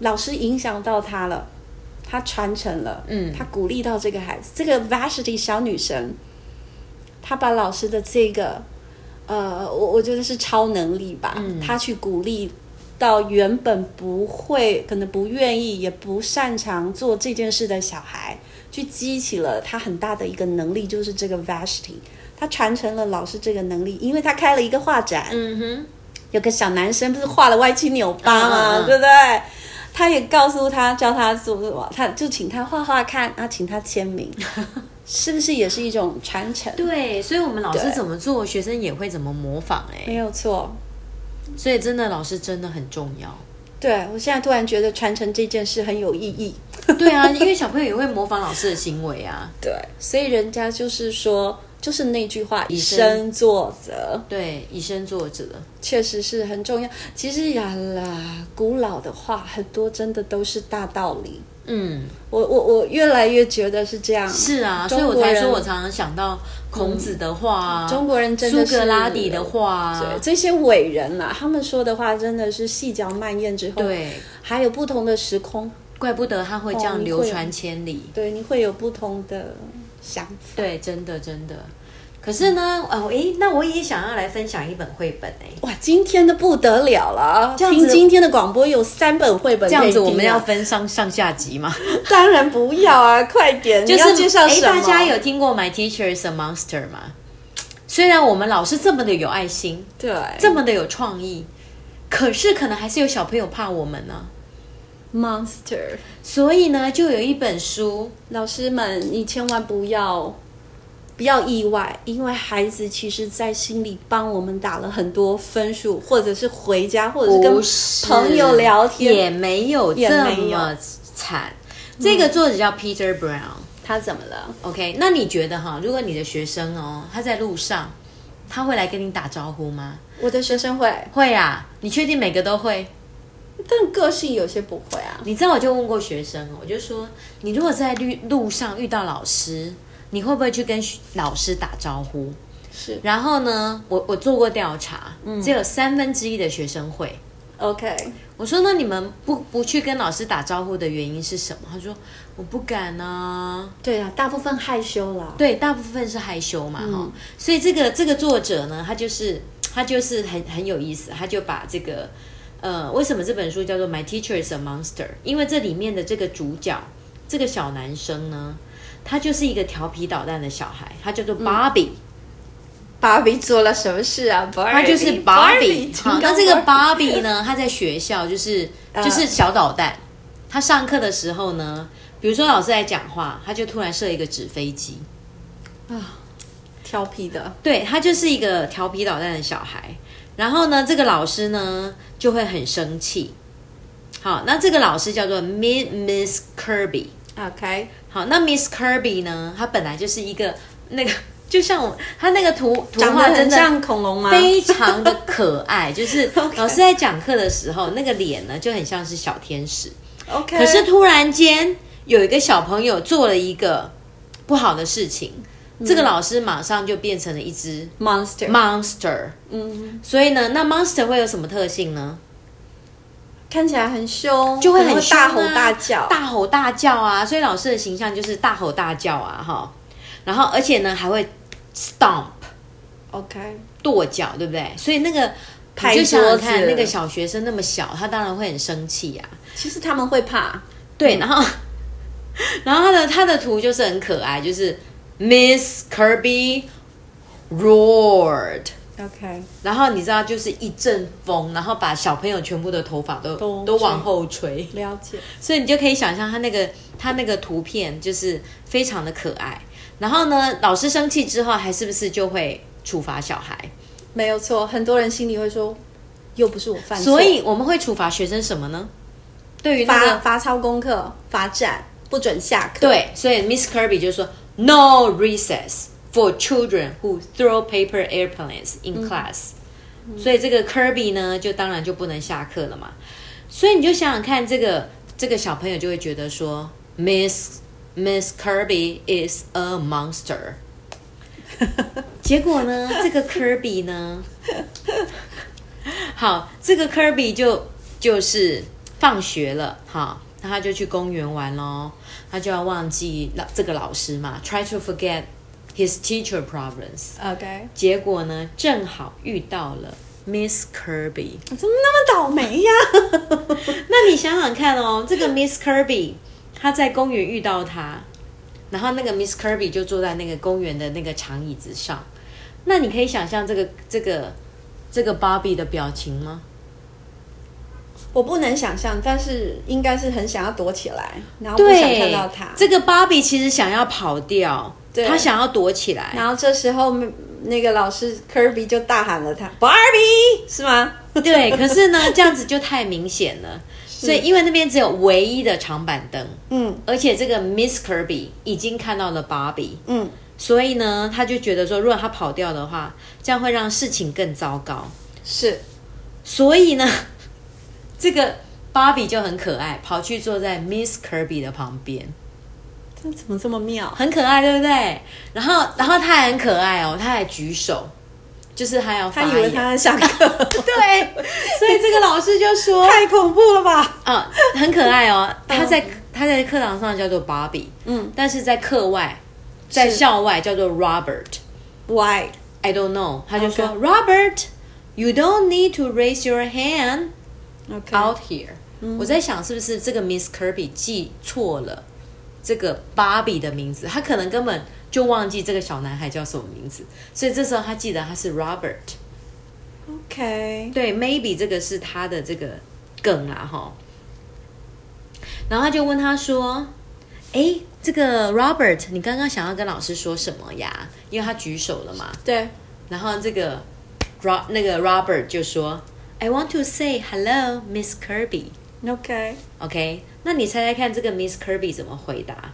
Speaker 2: 老师影响到他了，他传承了，
Speaker 3: 嗯
Speaker 2: 他鼓励到这个孩子，这个 Varsity 小女生，她把老师的这个，呃，我我觉得是超能力吧，
Speaker 3: 嗯
Speaker 2: 她去鼓励到原本不会、可能不愿意、也不擅长做这件事的小孩，去激起了他很大的一个能力，就是这个 Varsity，他传承了老师这个能力，因为他开了一个画展，
Speaker 3: 嗯哼，
Speaker 2: 有个小男生不是画了歪七扭八吗？
Speaker 3: 嗯嗯嗯
Speaker 2: 对不对？他也告诉他，教他做什么，他就请他画画看，啊，请他签 名，是不是也是一种传承？
Speaker 3: 对，所以我们老师
Speaker 2: 对
Speaker 3: 怎么做，学生也会怎么模仿、
Speaker 2: 没
Speaker 3: 哎，
Speaker 2: 有错。
Speaker 3: 所以真的老师真的很重要。
Speaker 2: 对我现在突然觉得传承这件事很有意义。
Speaker 3: 对啊，因为小朋友也会模仿老师的行为啊。
Speaker 2: 对，所以人家就是说，就是那句话，以
Speaker 3: 身
Speaker 2: 身作则，
Speaker 3: 对，以身作则。
Speaker 2: 确实是很重要。其实呀啦，古老的话很多真的都是大道理。
Speaker 3: 嗯，
Speaker 2: 我我我越来越觉得是这样。
Speaker 3: 是啊，所以
Speaker 2: 中
Speaker 3: 我
Speaker 2: 国
Speaker 3: 才说
Speaker 2: 人嗯
Speaker 3: 我常常想到孔子的话啊，
Speaker 2: 中国人真
Speaker 3: 苏
Speaker 2: 的是
Speaker 3: 格拉底的话啊
Speaker 2: 对，这些伟人呐、啊他们说的话真的是细嚼慢咽之后，，
Speaker 3: 对，
Speaker 2: 还有不同的时空，
Speaker 3: 怪不得他会
Speaker 2: 哦
Speaker 3: 这样
Speaker 2: 你
Speaker 3: 流
Speaker 2: 会
Speaker 3: 传千里。
Speaker 2: 对，你会有不同的想法。
Speaker 3: 对，真的真的。可是呢，哦，诶，那我也想要来分享一本绘本诶。
Speaker 2: 哇，今天的不得了了啊！
Speaker 3: 这样子
Speaker 2: 听今天的广播有三本绘本
Speaker 3: 这
Speaker 2: 可以听啊，
Speaker 3: 样子我们要分上上下集嘛？
Speaker 2: 当然不要啊，快点！
Speaker 3: 就
Speaker 2: 你要
Speaker 3: 是
Speaker 2: 介绍
Speaker 3: 诶
Speaker 2: 什么？
Speaker 3: 大家有听过《My Teacher is a Monster》吗？虽然我们老师这么的有爱心，
Speaker 2: 对
Speaker 3: 这么的有创意，可是可能还是有小朋友怕我们呢、
Speaker 2: monster
Speaker 3: 所以呢，就有一本书，
Speaker 2: 老师们，你千万不要不要意外，因为孩子其实在心里帮我们打了很多分数，或者是回家，或者是
Speaker 3: 不
Speaker 2: 跟
Speaker 3: 是
Speaker 2: 朋友聊
Speaker 3: 也
Speaker 2: 天。
Speaker 3: 没有
Speaker 2: 也
Speaker 3: 这
Speaker 2: 没有
Speaker 3: 么惨。这个作者叫 Peter Brown。
Speaker 2: 他怎么了？
Speaker 3: OK，那你觉得哈，如果你的学生哦，他在路上，他会来跟你打招呼吗？
Speaker 2: 我的学生会，
Speaker 3: 会啊，你确定每个都会？
Speaker 2: 但个性有些不会啊。
Speaker 3: 你知道，我就问过学生哦，我就说，你如果在路路上遇到老师，你会不会去跟学老师打招呼？
Speaker 2: 是
Speaker 3: 然后呢，我我做过调查，只有三分之一的学生会。
Speaker 2: OK，
Speaker 3: 我说那你们不不去跟老师打招呼的原因是什么？他说我不敢啊。
Speaker 2: 对啊，大部分害羞啦。
Speaker 3: 对，大部分是害羞嘛，哈、所以这个这个作者呢，他就是他就是很很有意思，他就把这个呃，为什么这本书叫做《My Teacher Is a Monster》？因为这里面的这个主角，这个小男生呢，他就是一个调皮捣蛋的小孩，他叫做 Bobby，、
Speaker 2: 芭比做了什么事啊？
Speaker 3: 他
Speaker 2: 他
Speaker 3: 就是 Barbie。好，那这个 Barbie 呢，他在学校就是就是小捣蛋，他上课的时候呢，比如说老师在讲话，他就突然射一个纸飞机。
Speaker 2: 调皮的，
Speaker 3: 对他就是一个调皮捣蛋的小孩。然后呢，这个老师呢就会很生气。好，那这个老师叫做 Mi- Miss Kirby。
Speaker 2: OK，
Speaker 3: 好，那 Miss Kirby 呢，她本来就是一个那个，就像我她那个图图
Speaker 2: 长得
Speaker 3: 画真
Speaker 2: 很
Speaker 3: 的
Speaker 2: 像恐龙吗？
Speaker 3: 非常的可爱，就是
Speaker 2: OK
Speaker 3: 老师在讲课的时候，那个脸呢就很像是小天使。
Speaker 2: OK，
Speaker 3: 可是突然间有一个小朋友做了一个不好的事情，这个老师马上就变成了一只
Speaker 2: monster，
Speaker 3: monster，
Speaker 2: 嗯，
Speaker 3: 所以呢，那 monster 会有什么特性呢？
Speaker 2: 看起来很凶，
Speaker 3: 就会
Speaker 2: 然
Speaker 3: 很
Speaker 2: 后
Speaker 3: 凶
Speaker 2: 大
Speaker 3: 啊
Speaker 2: 吼大叫，
Speaker 3: 大吼大叫啊！所以老师的形象就是大吼大叫啊，哈。然后而且呢，还会 stomp
Speaker 2: OK，
Speaker 3: 跺脚，对不对？所以那个
Speaker 2: 拍
Speaker 3: 你就想
Speaker 2: 桌
Speaker 3: 想
Speaker 2: 子
Speaker 3: 看，那个小学生那么小，他当然会很生气呀、啊。
Speaker 2: 其实他们会怕，
Speaker 3: 对，然后 然后他的他的图就是很可爱，就是 Miss Kirby roared。
Speaker 2: OK，
Speaker 3: 然后你知道，就是一阵风，然后把小朋友全部的头发都
Speaker 2: 都
Speaker 3: 都往后吹，
Speaker 2: 了解，
Speaker 3: 所以你就可以想象他那个他那个图片就是非常的可爱。然后呢，老师生气之后，还是不是就会处罚小孩？
Speaker 2: 没有错。很多人心里会说，又不是我犯错，
Speaker 3: 所以我们会处罚学生什么呢？对于那
Speaker 2: 罚
Speaker 3: 个
Speaker 2: 罚抄功课，罚站，不准下课，
Speaker 3: 对，所以 Miss Kirby 就说 No recess， for children who throw paper airplanes in class、所以这个 Kirby 呢，就当然就不能下课了嘛。所以你就想想看，这个这个小朋友就会觉得说，Miss Miss Kirby is a monster。结果呢，这个 Kirby 呢，好，这个 Kirby 就就是放学了，哈，那他就去公园玩喽，他就要忘记老这个老师嘛，try to forget his teacher problems。
Speaker 5: OK，
Speaker 3: 结果呢，正好遇到了 Miss Kirby。
Speaker 5: 怎么那么倒霉呀？
Speaker 3: 那你想想看哦，这个 Miss Kirby，她在公园遇到他，然后那个 Miss Kirby 就坐在那个公园的那个长椅子上。那你可以想象这个这个这个 Bobby 的表情吗？
Speaker 5: 我不能想象，但是应该是很想要躲起来，然后不想
Speaker 3: 对，
Speaker 5: 看到他。
Speaker 3: 这个 Bobby 其实想要跑掉，
Speaker 5: 对
Speaker 3: 他想要躲起来。
Speaker 5: 然后这时候嗯那个老师 Kirby 就大喊了他 Barbie 是吗？
Speaker 3: 对，可是呢，这样子就太明显了。所以因为那边只有唯一的长板凳，
Speaker 5: 嗯
Speaker 3: 而且这个 Miss Kirby 已经看到了 Bobby，
Speaker 5: 嗯，
Speaker 3: 所以呢，他就觉得说，如果他跑掉的话，这样会让事情更糟糕。
Speaker 5: 是
Speaker 3: 所以呢， 这个芭比就很可爱，跑去坐在 Miss Kirby 的旁边，
Speaker 5: 这怎么这么妙？
Speaker 3: 很可爱，对不对？然后，然后他还很可爱哦，他还举手，就是他要发
Speaker 5: 他以
Speaker 3: 言。
Speaker 5: 为他在下课，
Speaker 3: 对，所以这个老师就 说，
Speaker 5: 太恐怖了吧？
Speaker 3: 啊，很可爱哦。他在他在课堂上叫做芭比，
Speaker 5: 嗯
Speaker 3: 但是在课外，在
Speaker 5: 是
Speaker 3: 校外叫做 Robert。
Speaker 5: ，Why？
Speaker 3: I don't know，他就说
Speaker 5: Okay.
Speaker 3: Robert, you don't need to raise your hand
Speaker 5: OK，
Speaker 3: out here。我
Speaker 5: 嗯
Speaker 3: 在想是不是这个 Miss Kirby 记错了这个 Bobby 的名字，他可能根本就忘记这个小男孩叫什么名字，所以这时候他记得他是 Robert。
Speaker 5: OK，
Speaker 3: 对，maybe 这个是他的这个梗啦哈。然后他就问他说：“哎，这个 Robert，你刚刚想要跟老师说什么呀？因为他举手了嘛。”
Speaker 5: 对，
Speaker 3: 然后这个 Ro 那个 Robert 就说：“I want to say hello, Miss Kirby。
Speaker 5: OK，
Speaker 3: ”OK，那你猜猜看这个 Miss Kirby 怎么回答？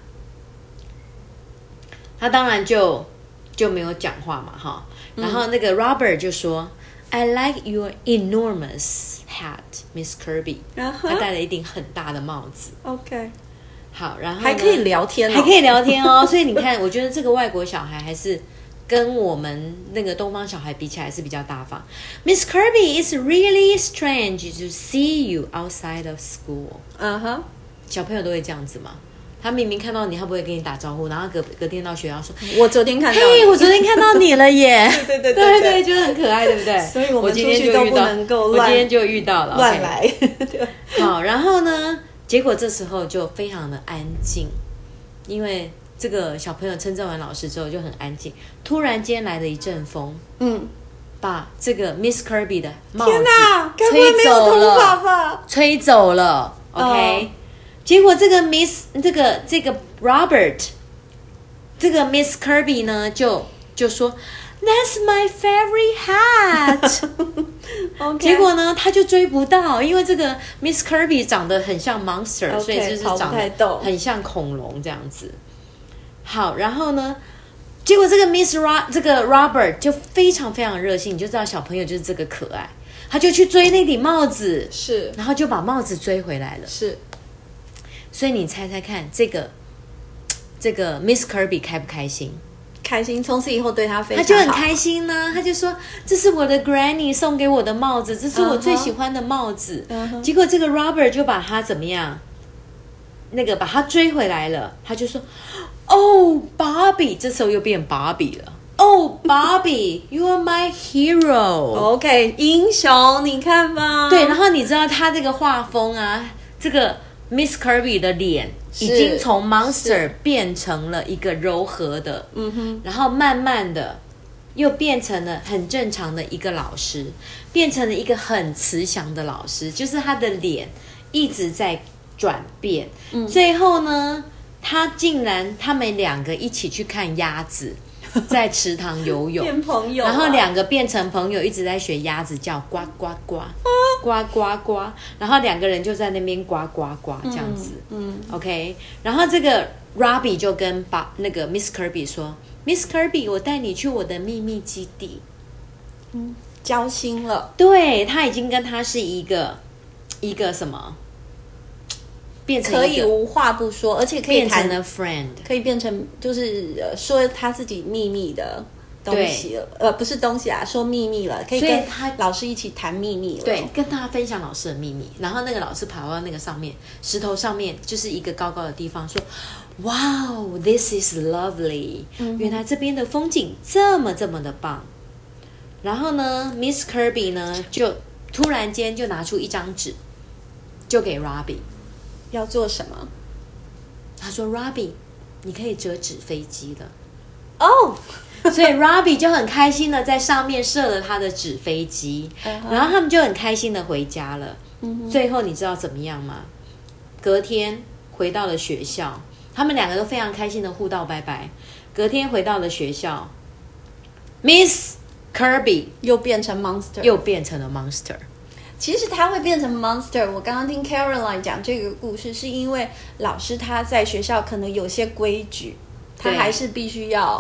Speaker 3: 他当然就就没有讲话嘛，哈。然后那
Speaker 2: 嗯
Speaker 3: 个 Robert 就说、i like your enormous hat, Miss Kirby。”
Speaker 2: 啊
Speaker 5: 然后
Speaker 3: 他戴了一顶很大的帽子。
Speaker 5: OK，
Speaker 3: 好，然后呢
Speaker 2: 还可以聊天、哦，
Speaker 3: 还可以聊天哦。 所以你看，我觉得这个外国小孩还是跟我们那个东方小孩比起来是比较大方。Miss Kirby is really strange to see you outside of school。
Speaker 5: 嗯哼，
Speaker 3: 小朋友都会这样子嘛？他明明看到你，他不会跟你打招呼，然后隔隔天到学校说
Speaker 5: 我昨天：“看到
Speaker 3: 嘿，我
Speaker 5: 你，
Speaker 3: 昨天看到你了耶！”
Speaker 5: 对对
Speaker 3: 对
Speaker 5: 对
Speaker 3: 对，觉得很可爱，对不对？
Speaker 5: 所以我们
Speaker 3: 今天
Speaker 5: 出去
Speaker 3: 就
Speaker 5: 都
Speaker 3: 遇
Speaker 5: 不
Speaker 3: 到
Speaker 5: 能够
Speaker 3: 我
Speaker 5: 乱
Speaker 3: 今天就遇到了
Speaker 5: 乱
Speaker 3: OK
Speaker 5: 来，对，
Speaker 3: 好，然后呢，结果这时候就非常的安静，因为这个小朋友称赞完老师之后就很安静。突然间来了一阵风，
Speaker 5: 嗯，
Speaker 3: 把这个 Miss Kirby 的帽子
Speaker 5: 天哪，该不会没
Speaker 3: 吹
Speaker 5: 有
Speaker 3: 走
Speaker 5: 头发
Speaker 3: 了，
Speaker 5: 吧？
Speaker 3: 吹走了。OK，、结果这个 Miss 这个这个 Robert，这个 Miss Kirby 呢就就说 That's my favorite hat。
Speaker 5: OK，
Speaker 3: 结果呢，他就追不到，因为这个 Miss Kirby 长得很像 monster，、
Speaker 5: OK，
Speaker 3: 所以就是
Speaker 5: 跑不
Speaker 3: 长
Speaker 5: 太
Speaker 3: 得
Speaker 5: 动
Speaker 3: 很像恐龙这样子。好，然后呢，结果这个 Miss Ro 这个 Robert 就非常非常热心，你就知道小朋友就是这个可爱，他就去追那顶帽子，
Speaker 5: 是
Speaker 3: 然后就把帽子追回来了。
Speaker 5: 是
Speaker 3: 所以你猜猜看，这个这个 Miss Kirby 开不开心？
Speaker 5: 开心，从此以后对他非
Speaker 3: 他
Speaker 5: 常
Speaker 3: 就很
Speaker 5: 好
Speaker 3: 开心呢、他就说：“这是我的 Granny 送给我的帽子，这是我最喜欢的帽子。
Speaker 5: 嗯哼
Speaker 3: 结果这个 Robert 就把他怎么样？那个把他追回来了，他就说：“哦，芭比，这时候又变芭比了。哦，芭比，You are my hero。
Speaker 5: OK，英雄，你看吧。
Speaker 3: 对，然后你知道他这个画风啊，这个 Miss Kirby 的脸已
Speaker 5: 是
Speaker 3: 经从 monster 变成了一个柔和的，嗯哼，然后慢慢的又变成了很正常的一个老师，变成了一个很慈祥的老师，就是他的脸一直在转变，
Speaker 5: 嗯
Speaker 3: 最后呢，他竟然他们两个一起去看鸭子。在池塘游 泳，
Speaker 5: 变朋友啊，
Speaker 3: 然后两个变成朋友，一直在学鸭子叫呱呱呱，呱呱呱，然后两个人就在那边呱呱呱这样子。
Speaker 5: 嗯
Speaker 3: OK，然后这个 Robbie 就跟把那个 Miss Kirby 说 Miss Kirby，我带你去我的秘密基地。
Speaker 2: 交心了，
Speaker 3: 对他已经跟他是一个一个什么，变成
Speaker 2: 可
Speaker 3: 一
Speaker 2: 以
Speaker 3: 个
Speaker 2: 无话不说，而且可以
Speaker 3: 变成
Speaker 2: 谈
Speaker 3: 了 friend。
Speaker 2: 可以变成就是呃说他自己秘密的东西了，呃，不是东西啊，说秘密了，可以
Speaker 3: 所以
Speaker 2: 跟
Speaker 3: 他
Speaker 2: 老师一起谈秘密了。
Speaker 3: 对，，跟大家分享老师的秘密。然后那个老师爬到那个上面石头上面，就是一个高高的地方，说：“哇哦，this is lovely，、原来这边的风景这么这么的棒。”然后呢，Miss Kirby 呢就突然间就拿出一张纸，就给 Robbie，
Speaker 2: 要做什么？
Speaker 3: 他说：“Robbie，你可以折纸飞机了。”
Speaker 2: 哦，
Speaker 3: 所以 Robbie 就很开心的在上面射了他的纸飞机，然后他们就很开心的回家了。
Speaker 2: 嗯
Speaker 3: 最后你知道怎么样吗？隔天回到了学校，他们两个都非常开心的互道拜拜。隔天回到了学校，Miss Kirby
Speaker 2: 又变成 monster，
Speaker 3: 又变成了
Speaker 2: 啊
Speaker 3: Monster。
Speaker 2: 其实他会变成 monster。我刚刚听 Caroline 讲这个故事，是因为老师他在学校可能有些规矩，他
Speaker 3: 对
Speaker 2: 还是必须要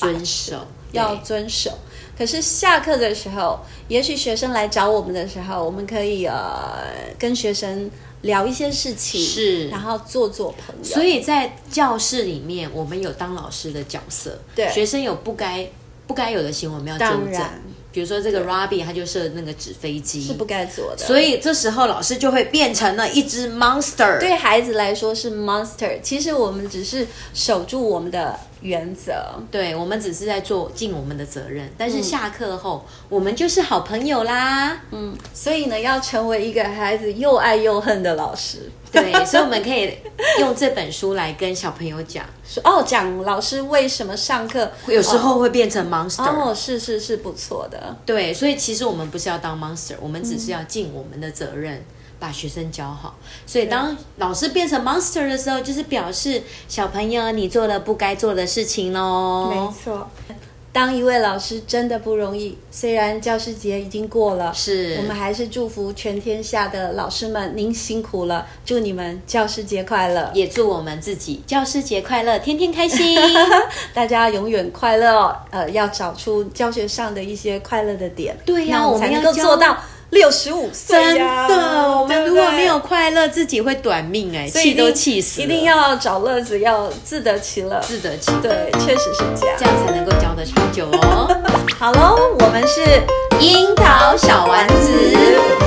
Speaker 2: 把
Speaker 3: 遵守对
Speaker 2: 要遵守。可是下课的时候，也许学生来找我们的时候，我们可以呃跟学生聊一些事情，
Speaker 3: 是
Speaker 2: 然后做做朋友。
Speaker 3: 所以在教室里面，我们有当老师的角色，
Speaker 2: 对
Speaker 3: 学生有不该不该有的行为，我们要
Speaker 2: 当
Speaker 3: 纠正
Speaker 2: 然。
Speaker 3: 比如说这个 Robbie，他就射那个纸飞机，
Speaker 2: 是不该做的。
Speaker 3: 所以这时候老师就会变成了一只 monster。
Speaker 2: 对，啊孩子来说是 monster，其实我们只是守住我们的原则。
Speaker 3: 对我们只是在做尽我们的责任，但是下课后、我们就是好朋友啦。
Speaker 2: 嗯，所以呢，要成为一个孩子又爱又恨的老师。
Speaker 3: 对，所以我们可以用这本书来跟小朋友 讲，
Speaker 2: 说哦，讲老师为什么上课
Speaker 3: 有时候会变成 monster。
Speaker 2: 哦，是是是不错的，
Speaker 3: 对，所以其实我们不是要当 monster，我们只是要尽我们的责任。把学生教好，所以当老师变成 monster 的时候，就是表示小朋友你做了不该做的事情喽。
Speaker 2: 没错。哦当一位老师真的不容易，虽然教师节已经过了，
Speaker 3: 是
Speaker 2: 我们还是祝福全天下的老师们，您辛苦了，祝你们教师节快乐，
Speaker 3: 也祝我们自己教师节快乐，天天 开心。
Speaker 2: 大家永远快乐哦。呃，要找出教学上的一些快乐的点，
Speaker 3: 对呀
Speaker 2: 那
Speaker 3: 我
Speaker 2: 才
Speaker 3: 们要
Speaker 2: 能够
Speaker 3: 教
Speaker 2: 做到六十五
Speaker 3: 真
Speaker 2: 岁呀、
Speaker 3: 的，我们
Speaker 2: 对
Speaker 3: 如
Speaker 2: 不对
Speaker 3: 果没有快乐，自己会短命哎、
Speaker 2: 所以一
Speaker 3: 气
Speaker 2: 定
Speaker 3: 都气死了，
Speaker 2: 一定要找乐子，要自得其乐。
Speaker 3: 自得其乐，
Speaker 2: 对，确实是这样
Speaker 3: 这。样才能够教 得长久哦。
Speaker 2: 好喽，我们是
Speaker 3: 樱桃小丸子，
Speaker 2: 我哎
Speaker 3: 哦